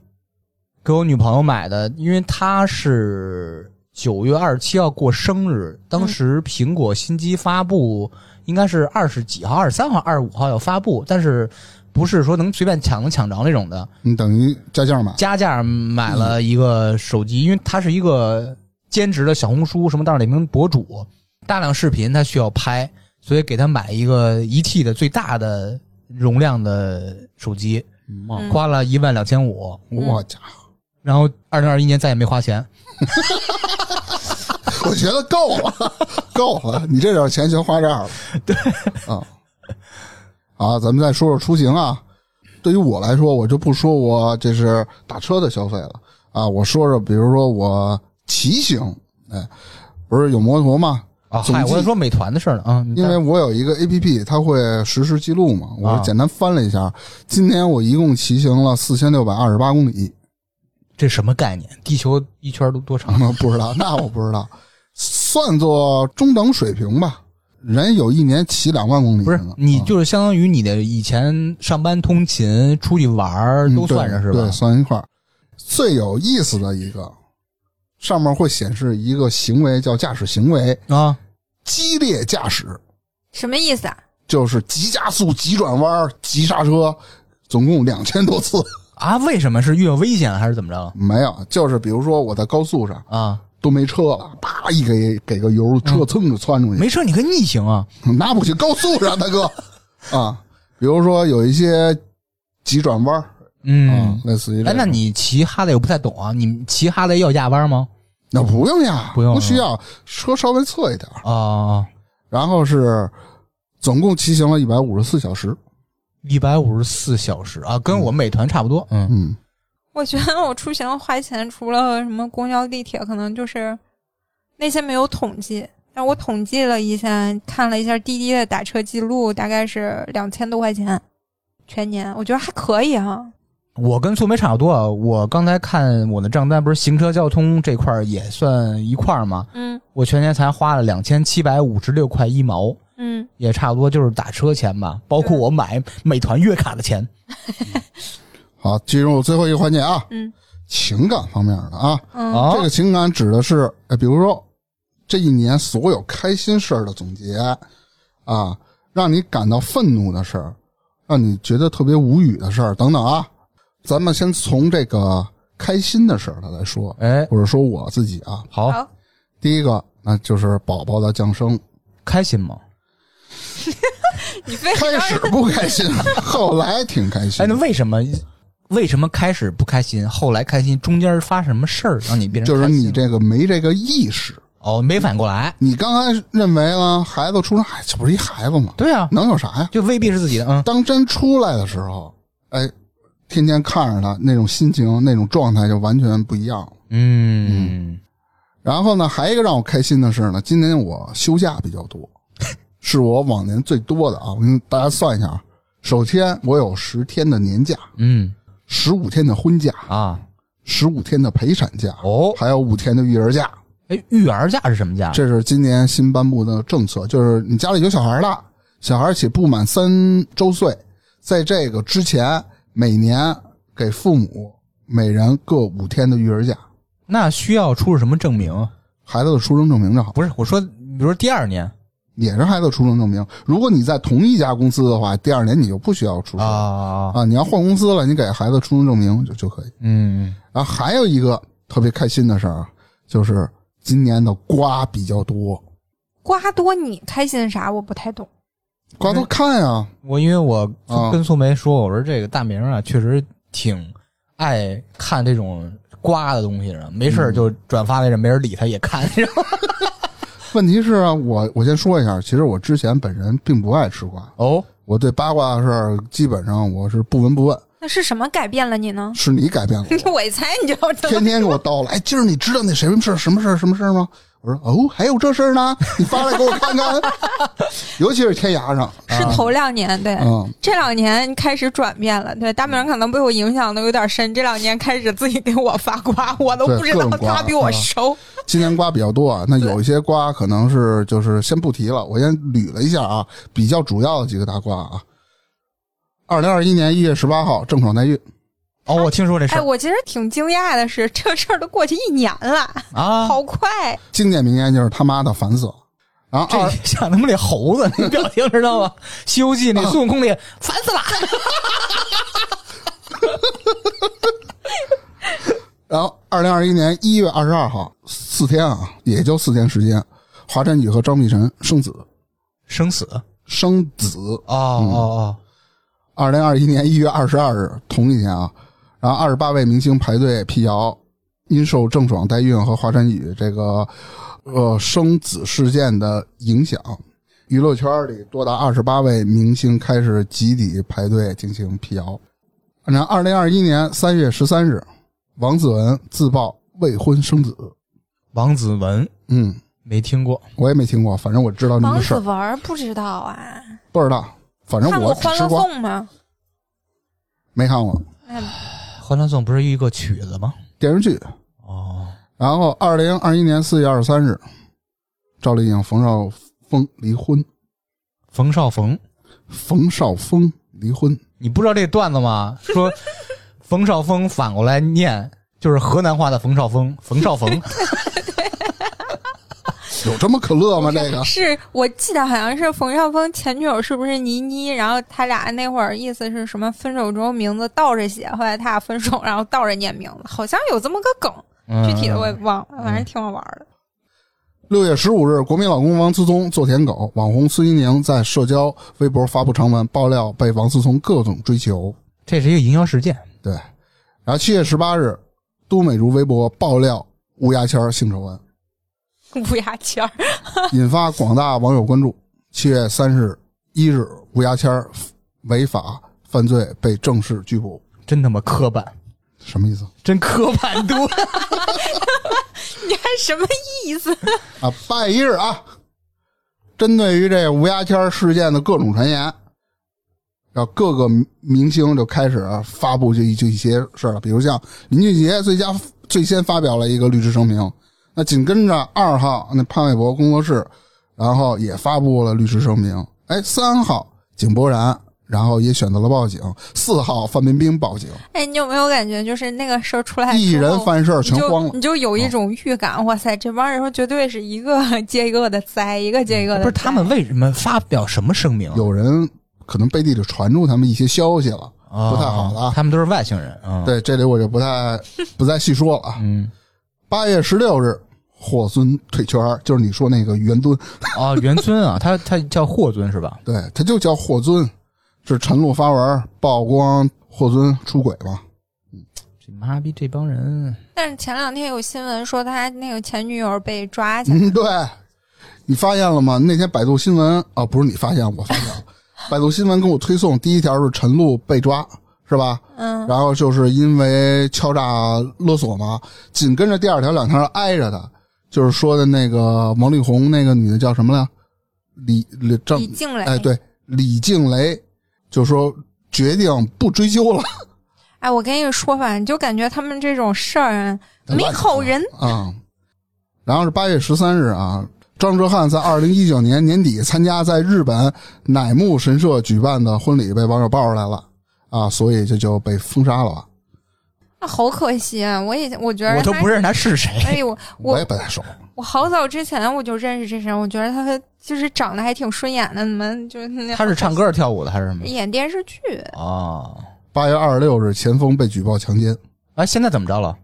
S2: 给我女朋友买的，因为她是九月二十七号过生日，当时苹果新机发布应该是二十几号、二十三号、二十五号要发布，但是不是说能随便抢能抢着那种的。
S1: 你等于加价买，
S2: 加价买
S1: 嗯
S2: 了一个手机，因为他是一个兼职的小红书什么大众点评博主，大量视频他需要拍，所以给他买一个一 T 的最大的容量的手机，
S1: 妈
S3: 嗯
S2: 花了一万两千五，
S1: 我家伙，
S2: 然后二零二一年再也没花钱。
S1: 我觉得够了，够了，你这点钱全花这儿了。对啊，啊，咱们再说说出行啊。对于我来说，我就不说我这是打车的消费了啊，我说说，比如说我骑行，哎，不是有摩托吗？
S2: 啊，
S1: 总
S2: 嗨，
S1: 计
S2: 我在说美团的事儿呢啊，你
S1: 因为
S2: 再
S1: 我有一个 A P P，它会实时记录嘛，我
S2: 啊
S1: 就简单翻了一下，今年我一共骑行了四千六百二十八公里，
S2: 这什么概念？地球一圈都多长？
S1: 那不知道，那 我不知道，算作中等水平吧。人有一年骑两万公里呢，
S2: 不是，你
S1: 啊
S2: 就是相当于你的以前上班通勤、出去玩儿
S1: 嗯
S2: 都算上是
S1: 对
S2: 吧
S1: 对，？算一块儿。最有意思的一个，上面会显示一个行为叫驾驶行为，
S2: 啊，
S1: 激烈驾驶
S3: 什么意思啊？
S1: 就是急加速、急转弯、急刹车，总共两千多次。
S2: 啊，为什么是遇到危险了还是怎么着
S1: 没有，就是比如说我在高速上
S2: 啊？
S1: 都没车了，啪一给给个油，车
S2: 嗯
S1: 蹭就窜出去，
S2: 没车你可以逆行啊！
S1: 那不行，啊高速上大哥啊。比如说有一些急转弯，啊
S2: 嗯，，
S1: 类似于这
S2: 哎，
S1: 种
S2: 那你骑哈雷我不太懂啊，你骑哈雷要压弯吗？
S1: 那不用呀，
S2: 不用
S1: 不需要，车稍微侧一点儿。
S2: 啊，
S1: 然后是总共骑行了一百五十四小时，
S2: 一百五十四小时啊，跟我们美团差不多。嗯，
S1: 嗯，
S3: 我觉得我出行花钱，除了什么公交、地铁，可能就是那些没有统计。但我统计了一下，看了一下滴滴的打车记录，大概是两千多块钱，全年我觉得还可以哈、
S2: 我跟素梅差不多。啊，我刚才看我的账单，不是行车交通这块儿也算一块儿吗？
S3: 嗯
S2: 我全年才花了两千七百五十六块一毛，
S3: 嗯，
S2: 也差不多就是打车钱吧，包括我买美团月卡的钱。
S1: 好，进入最后一个环节啊，
S3: 嗯，
S1: 情感方面的啊，
S3: 嗯
S2: 啊
S1: 这个情感指的是，呃，比如说这一年所有开心事儿的总结啊，让你感到愤怒的事儿，让你觉得特别无语的事儿等等啊，咱们先从这个开心的事儿来说，
S2: 哎，
S1: 或者说我自己啊，
S2: 好，
S3: 好
S1: 第一个那就是宝宝的降 生，
S2: 开心吗？
S3: 你非
S1: 开始不开 心，后来挺开心
S2: 哎，，那为什么为什么开始不开心，后来开心，中间发生什么事儿让你变成
S1: 就是
S2: 开心
S1: 你这个没这个意识。
S2: 哦没反应过来？
S1: 你刚才认为呢，孩子出生，哎，这不是一孩子吗？
S2: 对啊，
S1: 能有啥呀？
S2: 就未必是自己的。嗯，
S1: 当真出来的时候，哎，天天看着他那种心情、那种状态就完全不一样了。
S2: 嗯，
S1: 然后呢，还有一个让我开心的事呢，今年我休假比较多， 是我往年最多的啊。我跟大家算一下啊，首先我有十天的年假，
S2: 嗯
S1: 十五天的婚假，
S2: 啊，
S1: 十五天的陪产假，
S2: 哦
S1: 还有五天的育儿假。
S2: 哎，育儿假是什么假？
S1: 这是今年新颁布的政策，就是你家里有小孩了，小孩且不满三周岁，在这个之前，每年给父母每人各五天的育儿假，
S2: 那需要出示什么证明？
S1: 孩子的出生证明就好，
S2: 不是，我说，比如说第二年
S1: 也是孩子的出生证明。如果你在同一家公司的话，第二年你就不需要出示
S2: 啊，
S1: 啊，你要换公司了，你给孩子出生证明就就可以。
S2: 嗯，
S1: 然后还有一个特别开心的事儿啊，就是今年的瓜比较多，
S3: 瓜多你开心啥？我不太懂。
S1: 瓜多看呀、啊，
S2: 我因为我
S1: 啊
S2: 跟素梅说，我说这个大明啊，确实挺爱看这种瓜的东西的，没
S1: 嗯
S2: 事儿就转发那人，没人理他也看，然后
S1: 问题是啊，我我先说一下，其实我之前本人并不爱吃瓜，
S2: 哦，
S1: 我对八卦的事儿基本上我是不闻不问，？
S3: 那是什么改变了你呢
S1: 是你改变了我，
S3: 我一猜你就要这
S1: 天
S3: 么
S1: 天给我叨了。哎，今儿你知道那谁什么事儿什么事儿什么事儿吗？我说哦，还有这事儿呢，你发来给我看看。 尤其是天涯上，
S3: 是头两年对。
S1: 啊嗯，
S3: 这两年开始转变了，对大明可能被我影响的有点深。这两年开始自己给我发瓜，我都
S1: 对
S3: 不知道
S1: 各种瓜嗯
S3: 他比我熟。
S1: 今年瓜比较多啊，那有一些瓜可能是就是先不提了，我先捋了一下啊，比较主要的几个大瓜啊。二零二一年一月十八号，郑爽代孕，
S2: 哦，我听说这事
S3: 哎，
S2: 儿
S3: 我其实挺惊讶的是，这事儿都过去一年了，
S1: 嗯
S2: 啊，
S3: 好快！
S1: 经典名言就是他妈的烦死了。然后
S2: 这
S1: 二
S2: 像他妈那猴子那表情知道吗？《西游记》那孙悟空那烦死了，
S1: 然后，二零二一年一月二十二号，四天啊，也就四天时间，华晨宇和张碧晨生子，
S2: 生死
S1: 生子。
S2: 哦哦
S1: 二零二一年一月二十二日，同一天啊，然后二十八位明星排队辟谣，因受郑爽代孕和华晨宇这个呃生子事件的影响，娱乐圈里多达二十八位明星开始集体排队进行辟谣。然后，二零二一年三月十三日，王子文自曝未婚生子。
S2: 王子文
S1: 嗯，
S2: 没听过，
S1: 我也没听过，反正我知道那
S3: 王
S1: 个事
S3: 子
S1: 儿，
S3: 文不知道啊，
S1: 不知道。反正
S3: 看
S1: 我
S3: 过《
S1: 只
S3: 欢
S1: 吃
S3: 乐
S1: 瓜，
S3: 颂》吗？
S1: 没看过
S3: 哎
S2: 《欢乐颂》不是一个曲子吗？
S1: 电视剧。
S2: 哦，
S1: 然后，二零二一年四月二十三日，赵丽颖、冯绍峰离婚，
S2: 冯绍峰，
S1: 冯绍峰离婚，
S2: 你不知道这段子吗？ 说冯绍峰反过来念就是河南话的冯绍峰，冯绍 峰
S1: 有这么可乐吗？这个
S3: 是我记得好像是冯绍峰前女友是不是倪妮？然后他俩那会儿意思是什么？分手之后名字倒着写，后来他俩分手，然后倒着念名字，好像有这么个梗。具体
S2: 嗯
S3: 的我也忘了，
S1: 嗯
S3: 反正挺好玩的。
S1: 六月十五日，国民老公王思聪做舔狗，网红孙一宁在社交微博发布长文爆料被王思聪各种追求。
S2: 这是一个营销事件，
S1: 对，然后七月十八日，都美竹微博爆料乌鸦签儿性丑闻，
S3: 乌鸦签儿，
S1: 引发广大网友关注。七月三十一日，乌鸦签儿违法犯罪被正式拘捕，
S2: 真他妈磕绊，
S1: 什么意思
S2: 真磕 绊多。
S3: 你还什么意思？
S1: 啊？拜一日啊！针对于这乌鸦签儿事件的各种传言，然后各个明星就开始啊发布这一这一些事儿了，比如像林俊杰最佳最先发表了一个律师声明，那紧跟着二号那潘玮柏工作室，然后也发布了律师声明，哎，三号井柏然，然后也选择了报警，四号范冰冰报警，
S3: 哎，你有没有感觉，就是那个事儿出来之后，
S1: 一人犯事儿
S3: 你
S1: 全
S3: 就
S1: 慌了。啊
S3: 你就有一种预感，哇塞，这帮人绝对是一个 接一个的栽，一个接一个的
S2: 嗯不
S3: 栽。
S2: 是他们为什么发表什么声明？啊
S1: 有人可能背地里传出他们一些消息了，
S2: 啊
S1: 不太好了啊
S2: 他们都是外星人啊。，
S1: 对，这里我就不 太不再细说了啊。
S2: 嗯，
S1: 八月十六日，霍尊退圈儿，就是你说那个元尊，
S2: 哦，元尊啊，他他叫霍尊是吧？
S1: 对，他就叫霍尊，是陈露发文曝光霍尊出轨嘛？
S2: 这妈逼这帮人，
S3: 但是前两天有新闻说他那个前女友被抓起来，
S1: 嗯，对，你发现了吗？那天百度新闻啊，不是你发现，我发 现了，百度新闻给我推送第一条是陈露被抓，是吧？
S3: 嗯，
S1: 然后就是因为敲诈勒索嘛，紧跟着第二条两条挨着的，就是说的那个王力宏那个女的叫什么来着？李李郑
S3: 李静蕾，
S1: 哎，对，李静蕾就说决定不追究了，
S3: 哎，我跟你说吧，你就感觉他们这种事儿啊没口人，
S1: 啊、然后是八月十三日啊，张哲瀚在二零一九年年底参加在日本乃木神社举办的婚礼被网友爆出来了啊，所以这就被封杀了吧？
S3: 那好可惜啊！我以前我觉得
S2: 我都
S3: 他
S2: 不认识他 是谁。
S3: 哎呦，我
S1: 我也不太熟，
S3: 我好早之前我就认识这人，我觉得他就是长得还挺顺眼的，怎么就是那
S2: 他是唱歌跳舞的还是 什么？
S3: 演电视剧，
S2: 哦，
S1: 八月二十六日，前锋被举报强奸。
S2: 哎，现在怎么着了？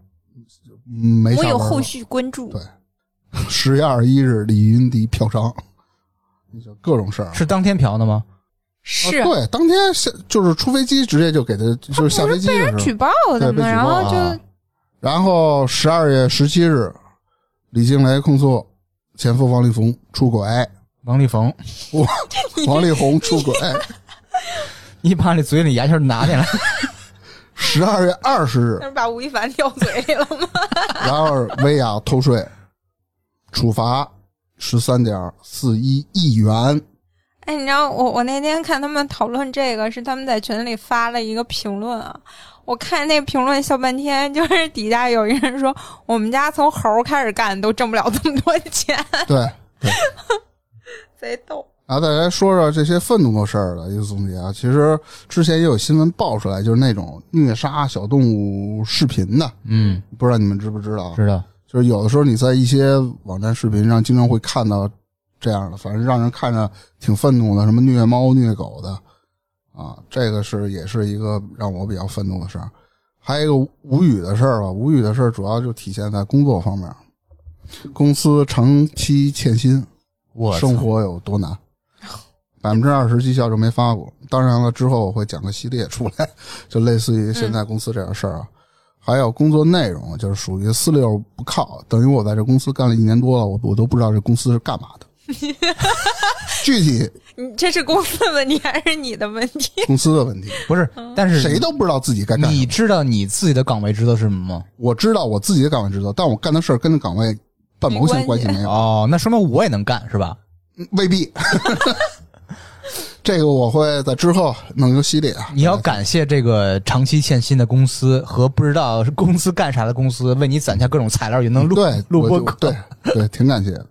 S1: 嗯，没
S3: 我
S1: 上
S3: 有
S1: 班
S3: 后
S1: 了。
S3: 续关注
S1: 对。十月二十一日，李云迪嫖娼， 你就各种事儿啊。
S2: 是当天嫖的吗？哦
S3: 是
S1: 啊对，当天下就是出飞机，直接就给他就是下飞机
S2: 嗯
S1: 的时
S3: 举
S1: 候。
S3: 报的
S1: 对被举
S3: 嘛，然
S1: 报
S3: 后
S1: 啊
S3: 就
S1: 然后十二月十七日，李静蕾控诉前夫王力宏出 轨，
S2: 王力宏，
S1: 王力宏出轨。
S2: 你把你嘴里牙签拿起 来。
S1: 十二月二十日，
S3: 是把吴亦凡叼嘴里了吗？
S1: 然后薇娅偷税，处罚十三点四一亿元。
S3: 哎，你知道我我那天看他们讨论这个，是他们在群里发了一个评论啊。我看那评论笑半天， 就是底下有一人说，我们家从猴开始干都挣不了这么多钱，
S1: 对，
S3: 贼逗。
S1: 然后再来说说这些愤怒的事儿的一个总结啊，其实之前也有新闻爆出来，就是那种虐杀小动物视频的，
S2: 嗯，
S1: 不知道你们知不知道啊？
S2: 知道。
S1: 就是有的时候你在一些网站视频上经常会看到这样的，反正让人看着挺愤怒的，什么虐猫虐狗的啊，这个是也是一个让我比较愤怒的事儿。还有一个无语的事儿吧，无语的事儿主要就体现在工作方面，公司长期欠薪，
S2: 我
S1: 生活有多难。百分之二十绩效就没发过，当然了，之后我会讲个系列出来， 就类似于现在公司这样的事儿啊。还有工作内容，就是属于四六不靠，等于我在这公司干了一年多了，我我都不知道这公司是干嘛的， 具体
S3: 你这是公司的问题还是你的问题？
S1: 公司的问题，
S2: 不是，但是
S1: 嗯谁都不知道自己该干什么。
S2: 嗯你知道你自己的岗位知道是什么吗？
S1: 我知道我自己的岗位知道，但我干的事儿跟这岗位半毛钱关系没有。
S2: 哦，那说明我也能干是吧？
S1: 未必。 这个我会在之后弄一个系列啊。
S2: 你要感谢这个长期欠薪的公司和不知道是公司干啥的公司，为你攒下各种材料，也能录
S1: 对
S2: 录
S1: 我
S2: 播
S1: 就
S2: 课。
S1: 对对，挺感谢的。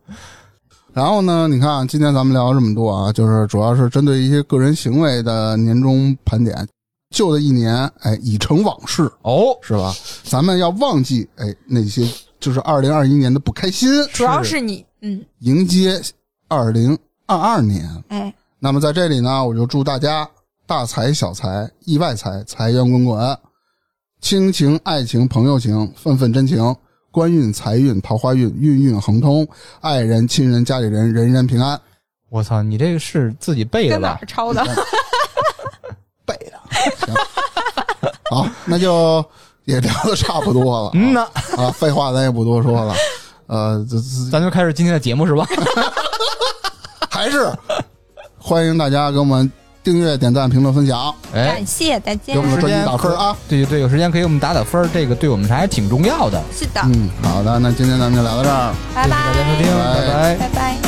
S1: 然后呢，你看今天咱们聊这么多啊，就是主要是针对一些个人行为的年终盘点。旧的一年，哎，已成往事，
S2: 哦，
S1: 是吧？咱们要忘记哎那些就是二零二一年的不开心，
S3: 主要是你，嗯，
S1: 迎接二零二二年。
S3: 哎，
S1: 那么在这里呢，我就祝大家大财小财、意外财、财源滚滚，亲情、爱情、朋友情，份份真情，官运、财运、桃花运，运运亨通，爱人、亲人、家里人，人人平安。
S2: 我操，你这个是自己背的
S3: 跟哪
S2: 吧
S3: 儿？抄的？
S1: 背的，行。好，那就也聊的差不多了啊。
S2: 嗯呐，
S1: 啊，废话咱也不多说了。呃，这这
S2: 咱就开始今天的节目是吧？
S1: 还是欢迎大家给我们订阅、点赞、评论、分享，
S2: 哎
S3: 感，谢，再见
S1: 给我。们的专辑打分啊。
S2: 对对对，有时间可以给我们打打分儿，这个对我们还挺重要的。
S3: 是的，
S1: 嗯嗯，好的，那今天咱们就聊到这儿。
S3: 拜
S2: 谢谢大家收
S3: 拜，
S2: 听，
S1: 拜拜
S2: 拜拜
S3: 拜拜。